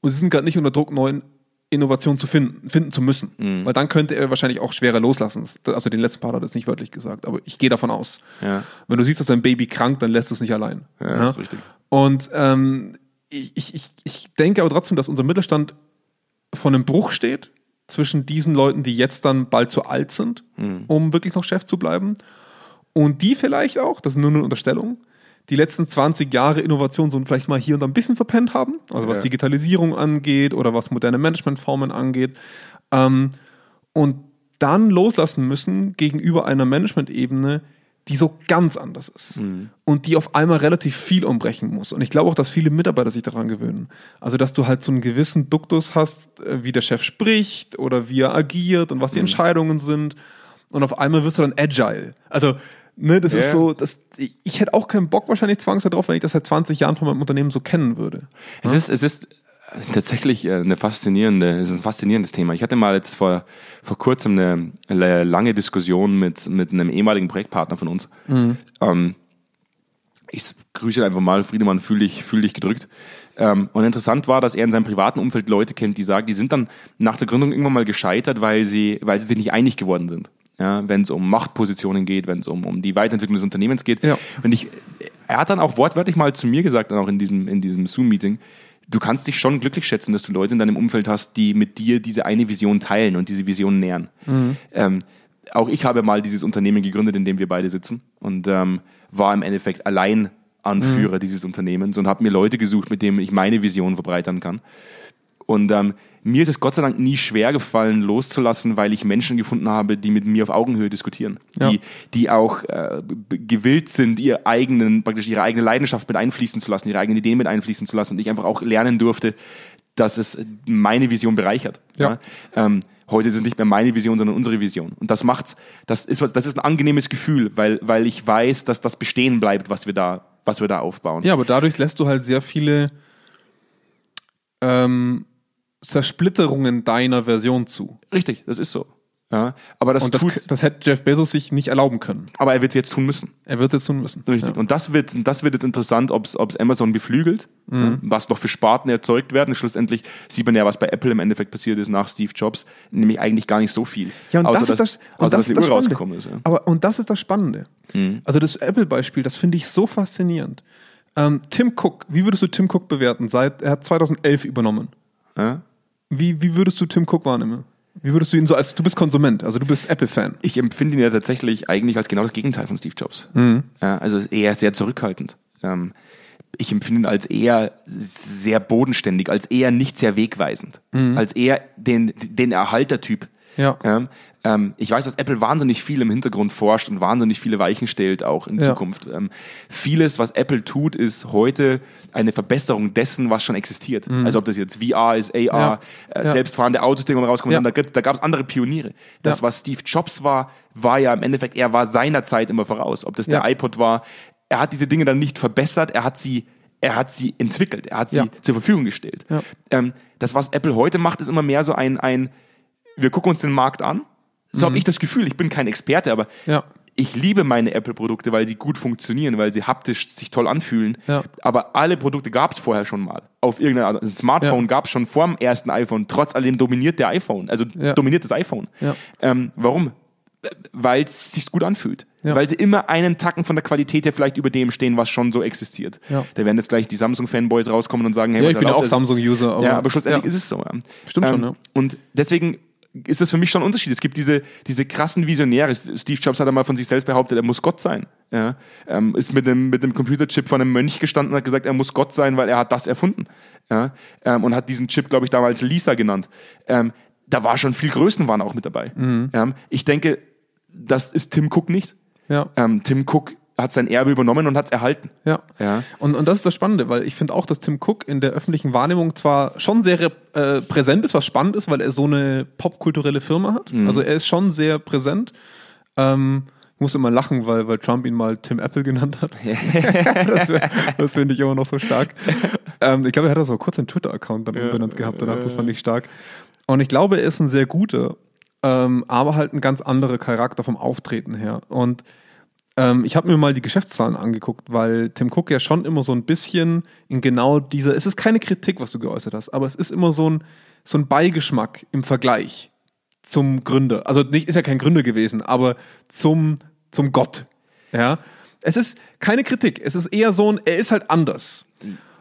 S2: und sie sind gerade nicht unter Druck, neuen Innovationen zu finden, finden zu müssen.
S1: Mhm.
S2: Weil dann könnte er wahrscheinlich auch schwerer loslassen. Also den letzten Part hat er jetzt nicht wörtlich gesagt, aber ich gehe davon aus.
S1: Ja.
S2: Wenn du siehst, dass dein Baby krank, dann lässt du es nicht allein. Ne?
S1: Ja, das ist richtig.
S2: Und ähm, ich, ich, ich- ich denke aber trotzdem, dass unser Mittelstand von einem Bruch steht zwischen diesen Leuten, die jetzt dann bald zu alt sind,
S1: Mhm.
S2: um wirklich noch Chef zu bleiben, und die vielleicht auch, das ist nur eine Unterstellung, die letzten 20 Jahre Innovation so vielleicht mal hier und da ein bisschen verpennt haben, also was
S1: Ja.
S2: Digitalisierung angeht oder was moderne Managementformen angeht, ähm, und dann loslassen müssen gegenüber einer Managementebene, die so ganz anders ist und die auf einmal relativ viel umbrechen muss. Und ich glaube auch, dass viele Mitarbeiter sich daran gewöhnen. Also, dass du halt so einen gewissen Duktus hast, äh, wie der Chef spricht oder wie er agiert und was die Entscheidungen sind. Und auf einmal wirst du dann agile. Also, ne, das
S1: Ja.
S2: ist so, das, ich, ich hätte auch keinen Bock wahrscheinlich zwangsweise drauf, wenn ich das seit 20 Jahren von meinem Unternehmen so kennen würde.
S1: Es ist, es ist tatsächlich äh, eine faszinierende, es ist ein faszinierendes Thema. Ich hatte mal jetzt vor, vor kurzem eine, le- lange Diskussion mit, mit einem ehemaligen Projektpartner von uns. Ähm, ich grüße ihn einfach mal, Friedemann, fühl dich, fühl dich gedrückt. Ähm, und interessant war, dass er in seinem privaten Umfeld Leute kennt, die sagen, die sind dann nach der Gründung irgendwann mal gescheitert, weil sie, weil sie sich nicht einig geworden sind. Ja, wenn es um Machtpositionen geht, wenn es um, um die Weiterentwicklung des Unternehmens geht.
S2: Ja.
S1: Und ich, er hat dann auch wortwörtlich mal zu mir gesagt, dann auch in diesem, in diesem Zoom-Meeting, du kannst dich schon glücklich schätzen, dass du Leute in deinem Umfeld hast, die mit dir diese eine Vision teilen und diese Vision nähern. Ähm, auch ich habe mal dieses Unternehmen gegründet, in dem wir beide sitzen und ähm, war im Endeffekt allein Anführer dieses Unternehmens und habe mir Leute gesucht, mit denen ich meine Vision verbreitern kann. Und ähm, mir ist es Gott sei Dank nie schwer gefallen, loszulassen, weil ich Menschen gefunden habe, die mit mir auf Augenhöhe diskutieren,
S2: Ja.
S1: die, die auch äh, b- gewillt sind, ihr eigenen, praktisch ihre eigene Leidenschaft mit einfließen zu lassen, ihre eigenen Ideen mit einfließen zu lassen. Und ich einfach auch lernen durfte, dass es meine Vision bereichert.
S2: Ja.
S1: Ähm, heute ist es nicht mehr meine Vision, sondern unsere Vision. Und das macht's, das ist was, das ist ein angenehmes Gefühl, weil, weil ich weiß, dass das bestehen bleibt, was wir da, was wir da aufbauen.
S2: Ja, aber dadurch lässt du halt sehr viele ähm, Zersplitterungen deiner Version zu.
S1: Richtig, das ist so. Ja, aber das,
S2: Und das,
S1: tut,
S2: das hätte Jeff Bezos sich nicht erlauben können.
S1: aber er wird es jetzt tun müssen.
S2: Er wird es jetzt tun müssen.
S1: Richtig.
S2: Ja.
S1: Und das wird, das wird jetzt interessant, ob es Amazon beflügelt,
S2: Mhm.
S1: ne, was noch für Sparten erzeugt werden. Schlussendlich sieht man ja, was bei Apple im Endeffekt passiert ist nach Steve Jobs, nämlich eigentlich gar nicht so viel.
S2: Ja, und
S1: außer,
S2: das ist das,
S1: dass, außer,
S2: und
S1: dass
S2: das
S1: die
S2: ist das
S1: Uhr
S2: Spannende.
S1: rausgekommen ist. Ja. Mhm.
S2: Aber und das ist das Spannende. Also das Apple-Beispiel, das finde ich so faszinierend. Ähm, Tim Cook, wie würdest du Tim Cook bewerten? Seit er hat 2011 übernommen.
S1: Ja.
S2: Wie, wie würdest du Tim Cook wahrnehmen? Wie würdest du ihn so als du bist Konsument, also du bist Apple-Fan?
S1: Ich empfinde ihn ja tatsächlich eigentlich als genau das Gegenteil von Steve Jobs.
S2: Mhm.
S1: Ja, also eher sehr zurückhaltend. Ähm, ich empfinde ihn als eher sehr bodenständig, als eher nicht sehr wegweisend, als eher den, den Erhaltertyp.
S2: Mhm. Ja.
S1: Ähm, ähm, ich weiß, dass Apple wahnsinnig viel im Hintergrund forscht und wahnsinnig viele Weichen stellt, auch in
S2: Ja.
S1: Zukunft. Ähm, vieles, was Apple tut, ist heute eine Verbesserung dessen, was schon existiert. Also ob das jetzt VR ist, AR,
S2: Mhm. Ja.
S1: Äh,
S2: Ja.
S1: selbstfahrende Autos, die irgendwann rauskommen,
S2: Ja.
S1: da, gibt- da gab es andere Pioniere. Das,
S2: Ja.
S1: was Steve Jobs war, war ja im Endeffekt, er war seiner Zeit immer voraus. Ob das der
S2: Ja.
S1: iPod war, er hat diese Dinge dann nicht verbessert, er hat sie, er hat sie entwickelt, er hat sie
S2: Ja.
S1: zur Verfügung gestellt.
S2: Ja.
S1: Ähm, das, was Apple heute macht, ist immer mehr so ein, ein wir gucken uns den Markt an. So habe ich das Gefühl, ich bin kein Experte, aber
S2: Mhm. Ja.
S1: ich liebe meine Apple-Produkte, weil sie gut funktionieren, weil sie haptisch sich toll anfühlen.
S2: Ja.
S1: Aber alle Produkte gab es vorher schon mal. Auf irgendeiner Art. Ein Smartphone
S2: Ja.
S1: gab es schon vor dem ersten iPhone. Trotz alledem dominiert der iPhone, also
S2: Ja.
S1: dominiert das iPhone.
S2: Ja.
S1: Ähm, warum? Weil es sich gut anfühlt.
S2: Ja.
S1: Weil sie immer einen Tacken von der Qualität her vielleicht über dem stehen, was schon so existiert.
S2: Ja.
S1: Da werden jetzt gleich die Samsung-Fanboys rauskommen und sagen, hey,
S2: Ja,
S1: was
S2: ich bin ja
S1: erlaubt
S2: auch
S1: ist-
S2: Samsung-User.
S1: ja, aber schlussendlich
S2: ja.
S1: ist es so. Ja. Ähm,
S2: Stimmt schon, ja.
S1: Und deswegen ist das für mich schon ein Unterschied. Es gibt diese, diese krassen Visionäre. Steve Jobs hat einmal von sich selbst behauptet, er muss Gott sein. Ja. Ähm, ist mit einem, mit einem Computerchip von einem Mönch gestanden und hat gesagt, er muss Gott sein, weil er hat das erfunden. Ja. Ähm, und hat diesen Chip, glaube ich, damals Lisa genannt. Ähm, da war schon viel Größenwahn auch mit dabei.
S2: Mhm.
S1: Ähm, ich denke, das ist Tim Cook nicht.
S2: ja.
S1: Ähm, Tim Cook hat sein Erbe übernommen und hat es erhalten.
S2: Ja.
S1: Ja.
S2: Und, und das ist das Spannende, weil ich finde auch, dass Tim Cook in der öffentlichen Wahrnehmung zwar schon sehr rep- äh, präsent ist, was spannend ist, weil er so eine popkulturelle Firma hat. Also er ist schon sehr präsent. Ähm, ich muss immer lachen, weil, weil Trump ihn mal Tim Apple genannt hat. das wär- das finde ich immer noch so stark. Ähm, ich glaube, er hat das auch kurz einen Twitter-Account dann umbenannt gehabt danach, das fand ich stark. Und ich glaube, er ist ein sehr guter, ähm, aber halt ein ganz anderer Charakter vom Auftreten her. Und ähm, ich habe mir mal die Geschäftszahlen angeguckt, weil Tim Cook ja schon immer so ein bisschen in genau dieser, es ist keine Kritik, was du geäußert hast, aber es ist immer so ein, so ein Beigeschmack im Vergleich zum Gründer. Also nicht, ist ja kein Gründer gewesen, aber zum, zum Gott. Ja. Es ist keine Kritik, es ist eher so ein, er ist halt anders.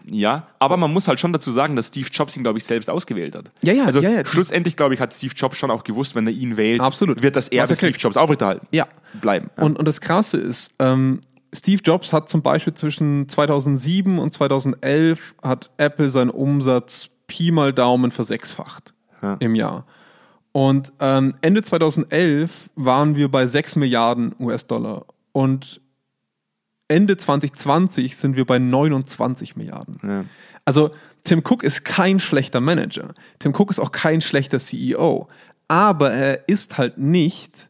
S1: Ja, aber man muss halt schon dazu sagen, dass Steve Jobs ihn, glaube ich, selbst ausgewählt hat.
S2: Ja, ja,
S1: Also
S2: ja, ja.
S1: schlussendlich, glaube ich, hat Steve Jobs schon auch gewusst, wenn er ihn wählt,
S2: Absolut.
S1: wird das
S2: Was er
S1: Erbe Steve
S2: kriegt.
S1: Jobs aufrechterhalten.
S2: Ja.
S1: Bleiben. Ja.
S2: Und, und das Krasse ist, ähm, Steve Jobs hat zum Beispiel zwischen 2007 und 2011 hat Apple seinen Umsatz Pi mal Daumen versechsfacht im Jahr. Und ähm, Ende 2011 waren wir bei 6 Milliarden US-Dollar Und Ende 2020 sind wir bei 29 Milliarden.
S1: Ja.
S2: Also Tim Cook ist kein schlechter Manager. Tim Cook ist auch kein schlechter CEO. Aber er ist halt nicht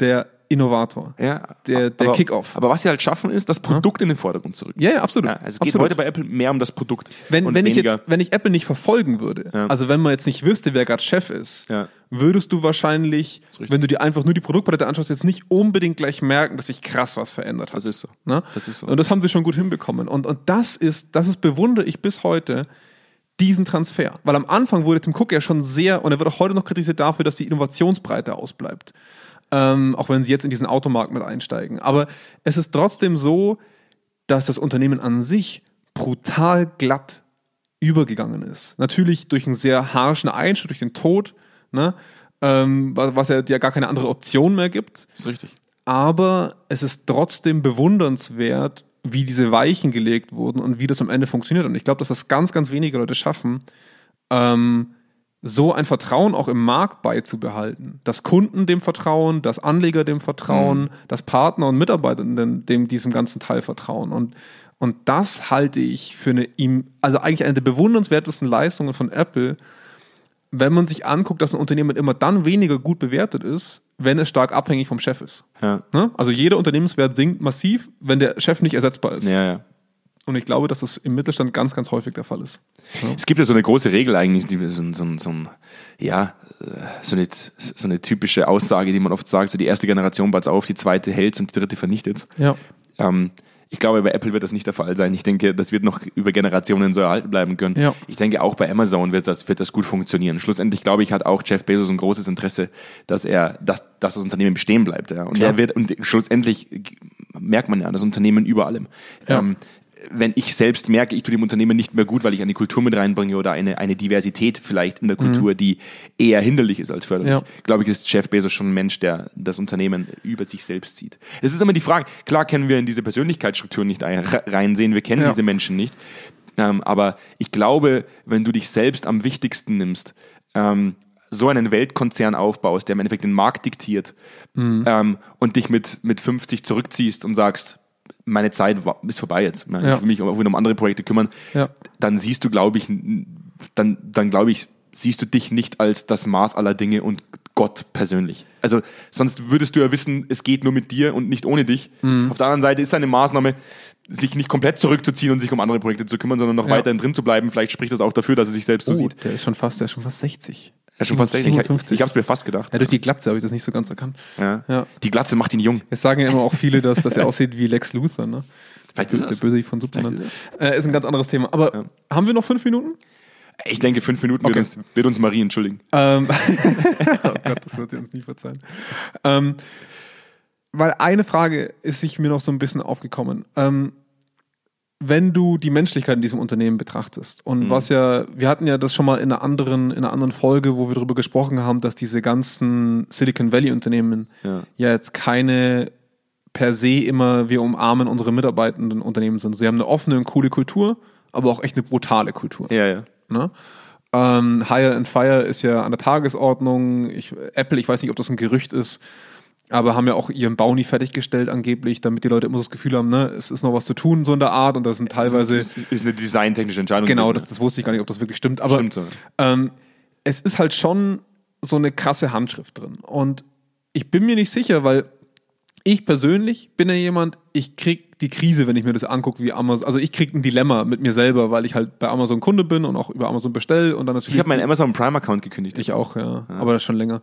S2: der Innovator.
S1: Ja,
S2: Der- der
S1: aber,
S2: Kickoff.
S1: Aber was sie halt schaffen, ist, das Produkt in den Vordergrund zu rücken.
S2: Ja, ja, absolut.
S1: Ja, also es geht
S2: absolut.
S1: heute bei Apple mehr um das Produkt.
S2: wenn,
S1: und
S2: wenn, ich
S1: weniger-
S2: jetzt, wenn ich Apple nicht verfolgen würde,
S1: Ja.
S2: also wenn man jetzt nicht wüsste, wer gerade Chef ist,
S1: Ja.
S2: würdest du wahrscheinlich,
S1: ist richtig.
S2: wenn du dir einfach nur die Produktpalette anschaust, jetzt nicht unbedingt gleich merken, dass sich krass was verändert hat.
S1: Das ist so.
S2: Ne?
S1: Das ist so.
S2: Und das haben sie schon gut hinbekommen. Und, und das ist, das ist, bewundere ich bis heute, diesen Transfer. Weil am Anfang wurde Tim Cook ja schon sehr, und er wird auch heute noch kritisiert dafür, dass die Innovationsbreite ausbleibt. Ähm, auch wenn sie jetzt in diesen Automarkt mit einsteigen. Aber es ist trotzdem so, dass das Unternehmen an sich brutal glatt übergegangen ist. Natürlich durch einen sehr harschen Einschnitt, durch den Tod, ne? ähm, wa- was ja ja gar keine andere Option mehr gibt
S1: Ist richtig.
S2: aber es ist trotzdem bewundernswert, wie diese Weichen gelegt wurden und wie das am Ende funktioniert. Und ich glaube, dass das ganz, ganz wenige Leute schaffen, ähm, so ein Vertrauen auch im Markt beizubehalten. Dass Kunden dem vertrauen, dass Anleger dem vertrauen, dass Partner und Mitarbeiter dem, dem diesem ganzen Teil vertrauen. Und, und das halte ich für eine, im- also eigentlich eine der bewundernswertesten Leistungen von Apple, wenn man sich anguckt, dass ein Unternehmen immer dann weniger gut bewertet ist, wenn es stark abhängig vom Chef ist.
S1: Ja.
S2: Ne? Also jeder Unternehmenswert sinkt massiv, wenn der Chef nicht ersetzbar ist.
S1: Ja, ja.
S2: Und ich glaube, dass das im Mittelstand ganz, ganz häufig der Fall ist.
S1: Es gibt ja so eine große Regel eigentlich, die, so, ein- so, ein- so, ein- ja, äh, so, eine, so eine typische Aussage, die man oft sagt, so die erste Generation baut auf, die zweite hält und die dritte vernichtet.
S2: Ja.
S1: Ähm, ich glaube, bei Apple wird das nicht der Fall sein. Ich denke, das wird noch über Generationen so erhalten bleiben können.
S2: Ja.
S1: Ich denke, auch bei Amazon wird das, wird das gut funktionieren. Schlussendlich, glaube ich, hat auch Jeff Bezos ein großes Interesse, dass er, dass, dass das Unternehmen bestehen bleibt. Ja. Und,
S2: Klar.
S1: er wird, und schlussendlich merkt man ja das Unternehmen über allem.
S2: Ja.
S1: Ähm, wenn ich selbst merke, ich tue dem Unternehmen nicht mehr gut, weil ich eine Kultur mit reinbringe oder eine, eine Diversität vielleicht in der Kultur, die eher hinderlich ist als förderlich,
S2: Mhm. Ja.
S1: glaube ich, ist Jeff Bezos schon ein Mensch, der das Unternehmen über sich selbst sieht. Es ist immer die Frage, klar können wir in diese Persönlichkeitsstrukturen nicht ein, reinsehen, wir kennen
S2: Ja.
S1: diese Menschen nicht, ähm, aber ich glaube, wenn du dich selbst am wichtigsten nimmst, ähm, so einen Weltkonzern aufbaust, der im Endeffekt den Markt diktiert
S2: Mhm.
S1: ähm, und dich mit, mit 50 zurückziehst und sagst, meine Zeit wa- ist vorbei jetzt. Ich
S2: Ja.
S1: will mich auch wieder um andere Projekte kümmern.
S2: Ja.
S1: Dann siehst du, glaube ich, n- dann, dann glaube ich, siehst du dich nicht als das Maß aller Dinge und Gott persönlich. Also sonst würdest du ja wissen, es geht nur mit dir und nicht ohne dich.
S2: Mhm.
S1: Auf der anderen Seite ist eine Maßnahme, sich nicht komplett zurückzuziehen und sich um andere Projekte zu kümmern, sondern noch
S2: Ja.
S1: weiterhin drin zu bleiben. Vielleicht spricht das auch dafür, dass er sich selbst so sieht.
S2: der ist schon fast, der ist schon fast 60.
S1: Ja, schon fast, ich ich, ich habe es mir fast gedacht.
S2: ja, durch die Glatze habe ich das nicht so ganz erkannt.
S1: Ja.
S2: Ja.
S1: Die Glatze macht ihn jung.
S2: Es sagen ja immer auch viele, dass, dass er aussieht wie Lex Luthor, ne?
S1: Vielleicht
S2: Der
S1: ist das.
S2: Böse von Superman.
S1: Vielleicht
S2: Äh, ist ein ganz anderes Thema. Aber haben wir noch fünf Minuten?
S1: Ich denke, fünf Minuten
S2: Okay.
S1: wird, uns, wird uns Marie entschuldigen.
S2: Ähm, oh Gott, das wird sie uns nie verzeihen. Ähm, weil eine Frage ist sich mir noch so ein bisschen aufgekommen. Ähm, wenn du die Menschlichkeit in diesem Unternehmen betrachtest und was ja, wir hatten ja das schon mal in einer anderen, in einer anderen Folge, wo wir darüber gesprochen haben, dass diese ganzen Silicon Valley Unternehmen
S1: Ja.
S2: ja jetzt keine per se immer wir umarmen unsere Mitarbeitenden Unternehmen sind. Sie haben eine offene und coole Kultur, aber auch echt eine brutale Kultur.
S1: Ja, ja.
S2: Ne? Ähm, Hire and Fire ist ja an der Tagesordnung. Ich, Apple, ich weiß nicht, ob das ein Gerücht ist, aber haben ja auch ihren Bau nie fertiggestellt angeblich, damit die Leute immer so das Gefühl haben, ne, es ist noch was zu tun, so in der Art. Und das sind teilweise,
S1: Äh, Das ist, ist eine designtechnische Entscheidung.
S2: Also- genau, das,
S1: gewesen.
S2: das wusste ich gar nicht, ob das wirklich stimmt. Aber
S1: Stimmt so.
S2: ähm, es ist halt schon so eine krasse Handschrift drin. Und ich bin mir nicht sicher, weil ich persönlich bin ja jemand, ich krieg die Krise, wenn ich mir das angucke, wie Amazon. Also ich krieg ein Dilemma mit mir selber, weil ich halt bei Amazon Kunde bin und auch über Amazon bestell und dann natürlich.
S1: Ich habe meinen Amazon Prime Account gekündigt.
S2: Ich auch, ja. Aber das schon länger.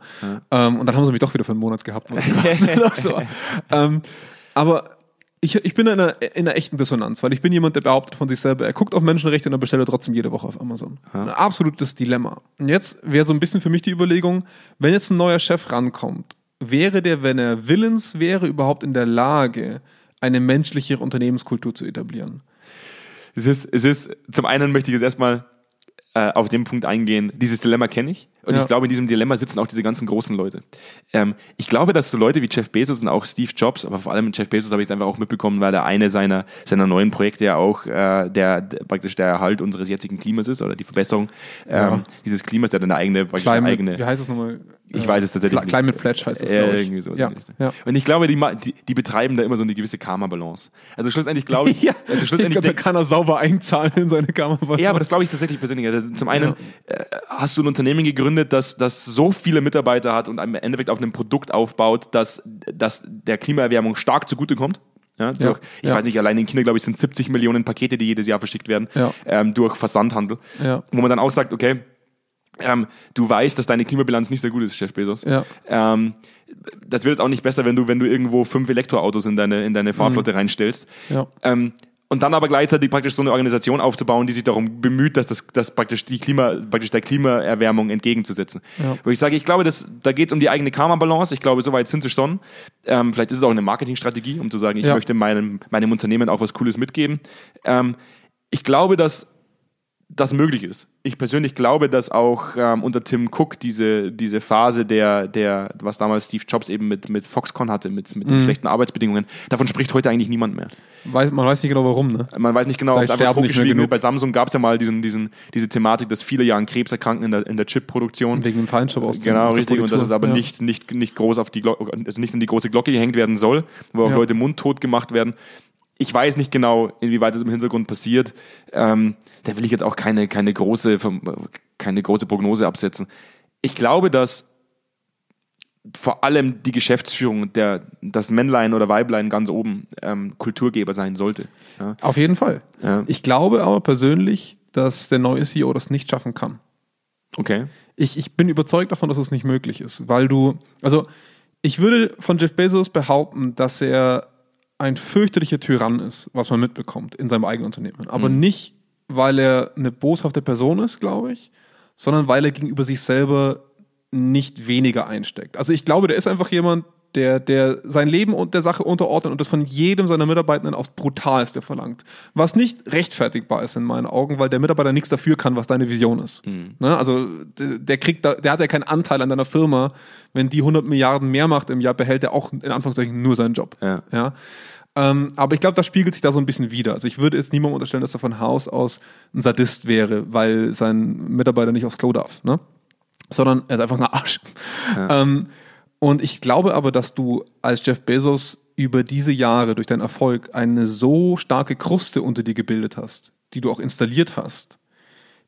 S2: Ähm, und dann haben sie mich doch wieder für einen Monat gehabt. weil sie kostenlos war. ähm, aber ich, ich bin in einer, in einer echten Dissonanz, weil ich bin jemand, der behauptet von sich selber, er guckt auf Menschenrechte und er bestellt trotzdem jede Woche auf Amazon. Ein absolutes Dilemma. Und jetzt wäre so ein bisschen für mich die Überlegung, wenn jetzt ein neuer Chef rankommt, wäre der, wenn er willens wäre, überhaupt in der Lage, eine menschlichere Unternehmenskultur zu etablieren?
S1: Es ist, es ist, zum einen möchte ich jetzt erstmal äh, auf den Punkt eingehen, dieses Dilemma kenne ich. Und
S2: Ja.
S1: ich glaube, in diesem Dilemma sitzen auch diese ganzen großen Leute. Ähm, ich glaube, dass so Leute wie Jeff Bezos und auch Steve Jobs, aber vor allem mit Jeff Bezos habe ich es einfach auch mitbekommen, weil der eine seiner, seiner neuen Projekte ja auch äh, der, der praktisch der Erhalt unseres jetzigen Klimas ist oder die Verbesserung ähm,
S2: Ja.
S1: dieses Klimas, der hat eine eigene, praktisch eine eigene.
S2: wie heißt es nochmal?
S1: Ich weiß es tatsächlich
S2: Cli-
S1: nicht.
S2: Climate Pledge heißt es, glaube
S1: Äh,
S2: ich.
S1: irgendwie sowas
S2: ja,
S1: in die Richtung.
S2: ja.
S1: Und ich glaube, die, ma- die, die betreiben da immer so eine gewisse Karma-Balance. Also schlussendlich glaube ich, also
S2: ich
S1: schlussendlich
S2: glaube, da
S1: denk-
S2: kann er sauber einzahlen in seine Kammer.
S1: ja, aber das glaube ich tatsächlich persönlich. Also Zum einen äh, hast du ein Unternehmen gegründet, das, das so viele Mitarbeiter hat und im Endeffekt auf einem Produkt aufbaut, das dass der Klimaerwärmung stark zugutekommt. Ja, durch, Ich
S2: ja.
S1: weiß nicht, allein in China, glaube ich, sind 70 Millionen Pakete, die jedes Jahr verschickt werden,
S2: Ja.
S1: ähm, durch Versandhandel.
S2: Ja.
S1: Wo man dann auch sagt, okay, ähm, du weißt, dass deine Klimabilanz nicht so gut ist, Chef Bezos.
S2: Ja.
S1: Ähm, das wird jetzt auch nicht besser, wenn du, wenn du irgendwo fünf Elektroautos in deine, in deine Fahrflotte reinstellst.
S2: Mhm. Ja.
S1: Ähm, und dann aber gleichzeitig praktisch so eine Organisation aufzubauen, die sich darum bemüht, dass das dass praktisch, die Klima, praktisch der Klimaerwärmung entgegenzusetzen.
S2: Ja.
S1: Wo ich sage, ich glaube, das, da geht es um die eigene Karma-Balance. Ich glaube, soweit sind sie schon. Ähm, vielleicht ist es auch eine Marketingstrategie, um zu sagen, ich
S2: Ja.
S1: möchte meinem, meinem Unternehmen auch was Cooles mitgeben. Ähm, ich glaube, dass das möglich ist. Ich persönlich glaube, dass auch ähm, unter Tim Cook diese, diese Phase der, der, was damals Steve Jobs eben mit, mit Foxconn hatte, mit, mit den
S2: Mhm.
S1: schlechten Arbeitsbedingungen, davon spricht heute eigentlich niemand mehr.
S2: Weiß, man weiß nicht genau warum, ne?
S1: Man weiß nicht genau, ob es
S2: Vielleicht
S1: einfach
S2: sterben nicht mehr
S1: totgeschwiegen wird.
S2: genug.
S1: Bei Samsung gab es ja mal diesen, diesen, diese Thematik, dass viele ja an Krebs erkranken in der, in der Chip-Produktion.
S2: Wegen dem Feinstaub aus dem-
S1: Genau,
S2: aus der
S1: richtig. Und dass
S2: Politur.
S1: es aber
S2: Ja.
S1: nicht, nicht, nicht groß auf die Glocke, also nicht an die große Glocke gehängt werden soll, wo auch
S2: Ja.
S1: Leute mundtot gemacht werden. Ich weiß nicht genau, inwieweit das im Hintergrund passiert. Ähm, da will ich jetzt auch keine, keine, große, Verm- keine große Prognose absetzen. Ich glaube, dass vor allem die Geschäftsführung, der, das Männlein oder Weiblein ganz oben ähm, Kulturgeber sein sollte. Ja.
S2: Auf jeden Fall.
S1: Ja.
S2: Ich glaube aber persönlich, dass der neue CEO das nicht schaffen kann.
S1: Okay.
S2: Ich, ich bin überzeugt davon, dass es nicht möglich ist, weil du, also ich würde von Jeff Bezos behaupten, dass er ein fürchterlicher Tyrann ist, was man mitbekommt in seinem eigenen Unternehmen. Aber
S1: Mhm.
S2: nicht, weil er eine boshafte Person ist, glaube ich, sondern weil er gegenüber sich selber nicht weniger einsteckt. Also ich glaube, der ist einfach jemand, der, der sein Leben und der Sache unterordnet und das von jedem seiner Mitarbeitenden aufs Brutalste verlangt. Was nicht rechtfertigbar ist in meinen Augen, weil der Mitarbeiter nichts dafür kann, was deine Vision ist. Ne? Also der, der kriegt da, der hat ja keinen Anteil an deiner Firma. Wenn die 100 Milliarden mehr macht im Jahr, behält er auch in Anführungszeichen nur seinen Job.
S1: Ja.
S2: Ja? Ähm, aber ich glaube, das spiegelt sich da so ein bisschen wieder. Also ich würde jetzt niemandem unterstellen, dass er von Haus aus ein Sadist wäre, weil sein Mitarbeiter nicht aufs Klo darf. Ne? sondern er ist einfach ein Arsch. Ähm, und ich glaube aber, dass du als Jeff Bezos über diese Jahre durch deinen Erfolg eine so starke Kruste unter dir gebildet hast, die du auch installiert hast,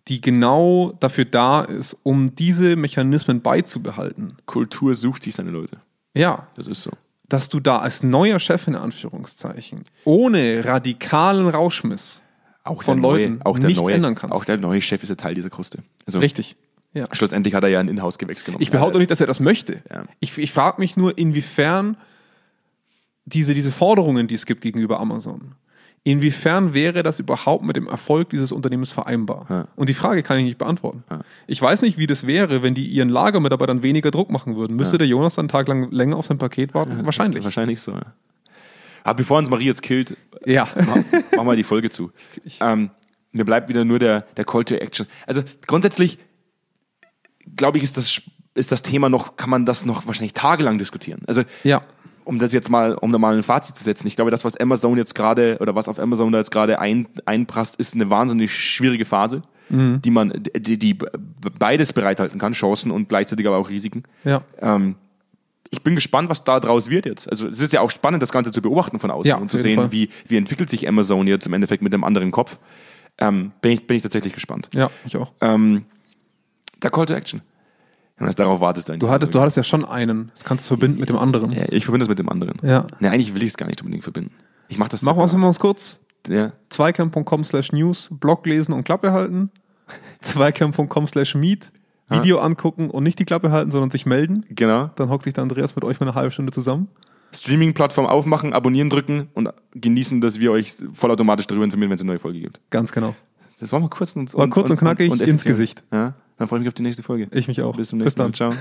S2: die genau dafür da ist, um diese Mechanismen beizubehalten.
S1: Kultur sucht sich seine Leute.
S2: Ja,
S1: Das ist so.
S2: dass du da als neuer Chef in Anführungszeichen ohne radikalen Rauschmiss
S1: Auch
S2: Von
S1: der neue-
S2: Leuten
S1: auch der
S2: nichts
S1: neue,
S2: ändern kannst.
S1: Auch der neue Chef ist ja Teil dieser Kruste. Also
S2: richtig. Ja.
S1: Schlussendlich hat er ja ein Inhouse-Gewächs genommen.
S2: Ich behaupte nicht, dass er das möchte.
S1: Ja.
S2: Ich, ich frage mich nur, inwiefern diese, diese Forderungen, die es gibt gegenüber Amazon, inwiefern wäre das überhaupt mit dem Erfolg dieses Unternehmens vereinbar?
S1: Ja.
S2: Und die Frage kann ich nicht beantworten.
S1: Ja.
S2: Ich weiß nicht, wie das wäre, wenn die ihren Lagermitarbeitern weniger Druck machen würden. Müsste der Jonas dann einen Tag lang länger auf sein Paket warten? Wahrscheinlich.
S1: Wahrscheinlich so, ja. Aber bevor uns Marie jetzt killt,
S2: Ja.
S1: mach mal die Folge zu. Ähm, mir bleibt wieder nur der, der Call to Action. Also grundsätzlich, glaube ich, ist das, ist das Thema noch, kann man das noch wahrscheinlich tagelang diskutieren. Also
S2: ja.
S1: um das jetzt mal, um da mal ein Fazit zu setzen, ich glaube, das, was Amazon jetzt gerade oder was auf Amazon da jetzt gerade ein, einprasst, ist eine wahnsinnig schwierige Phase,
S2: Mhm.
S1: die man, die, die beides bereithalten kann, Chancen und gleichzeitig aber auch Risiken.
S2: Ja.
S1: Ähm, ich bin gespannt, was da draus wird jetzt. Also es ist ja auch spannend, das Ganze zu beobachten von außen
S2: Ja,
S1: und
S2: auf
S1: zu
S2: jeden
S1: sehen,
S2: Fall.
S1: wie, wie entwickelt sich Amazon jetzt im Endeffekt mit einem anderen Kopf. Ähm, bin, ich, bin ich tatsächlich gespannt.
S2: Ja, ich auch.
S1: Ähm, der Call to Action. Jonas, darauf wartest du eigentlich.
S2: Du hattest, du hattest ja schon einen. Das kannst du verbinden mit dem anderen.
S1: Ja, ich verbinde das mit dem anderen.
S2: Ja.
S1: Nee, eigentlich will ich es gar nicht unbedingt verbinden. Ich mach das
S2: Machen wir es mal kurz.
S1: Ja.
S2: zweikern.com slash news, Blog lesen und Klappe halten, zweikern.com slash meet, Video angucken und nicht die Klappe halten, sondern sich melden.
S1: Genau.
S2: Dann hockt sich der Andreas mit euch mal eine halbe Stunde zusammen.
S1: Streaming-Plattform aufmachen, abonnieren drücken und genießen, dass wir euch vollautomatisch darüber informieren, wenn es eine neue Folge gibt.
S2: Ganz genau.
S1: Das war mal kurz und,
S2: War kurz und knackig ins
S1: effizient.
S2: Gesicht.
S1: Ja, dann freue ich mich auf die nächste Folge.
S2: Ich mich auch.
S1: Bis zum nächsten Mal. Ciao.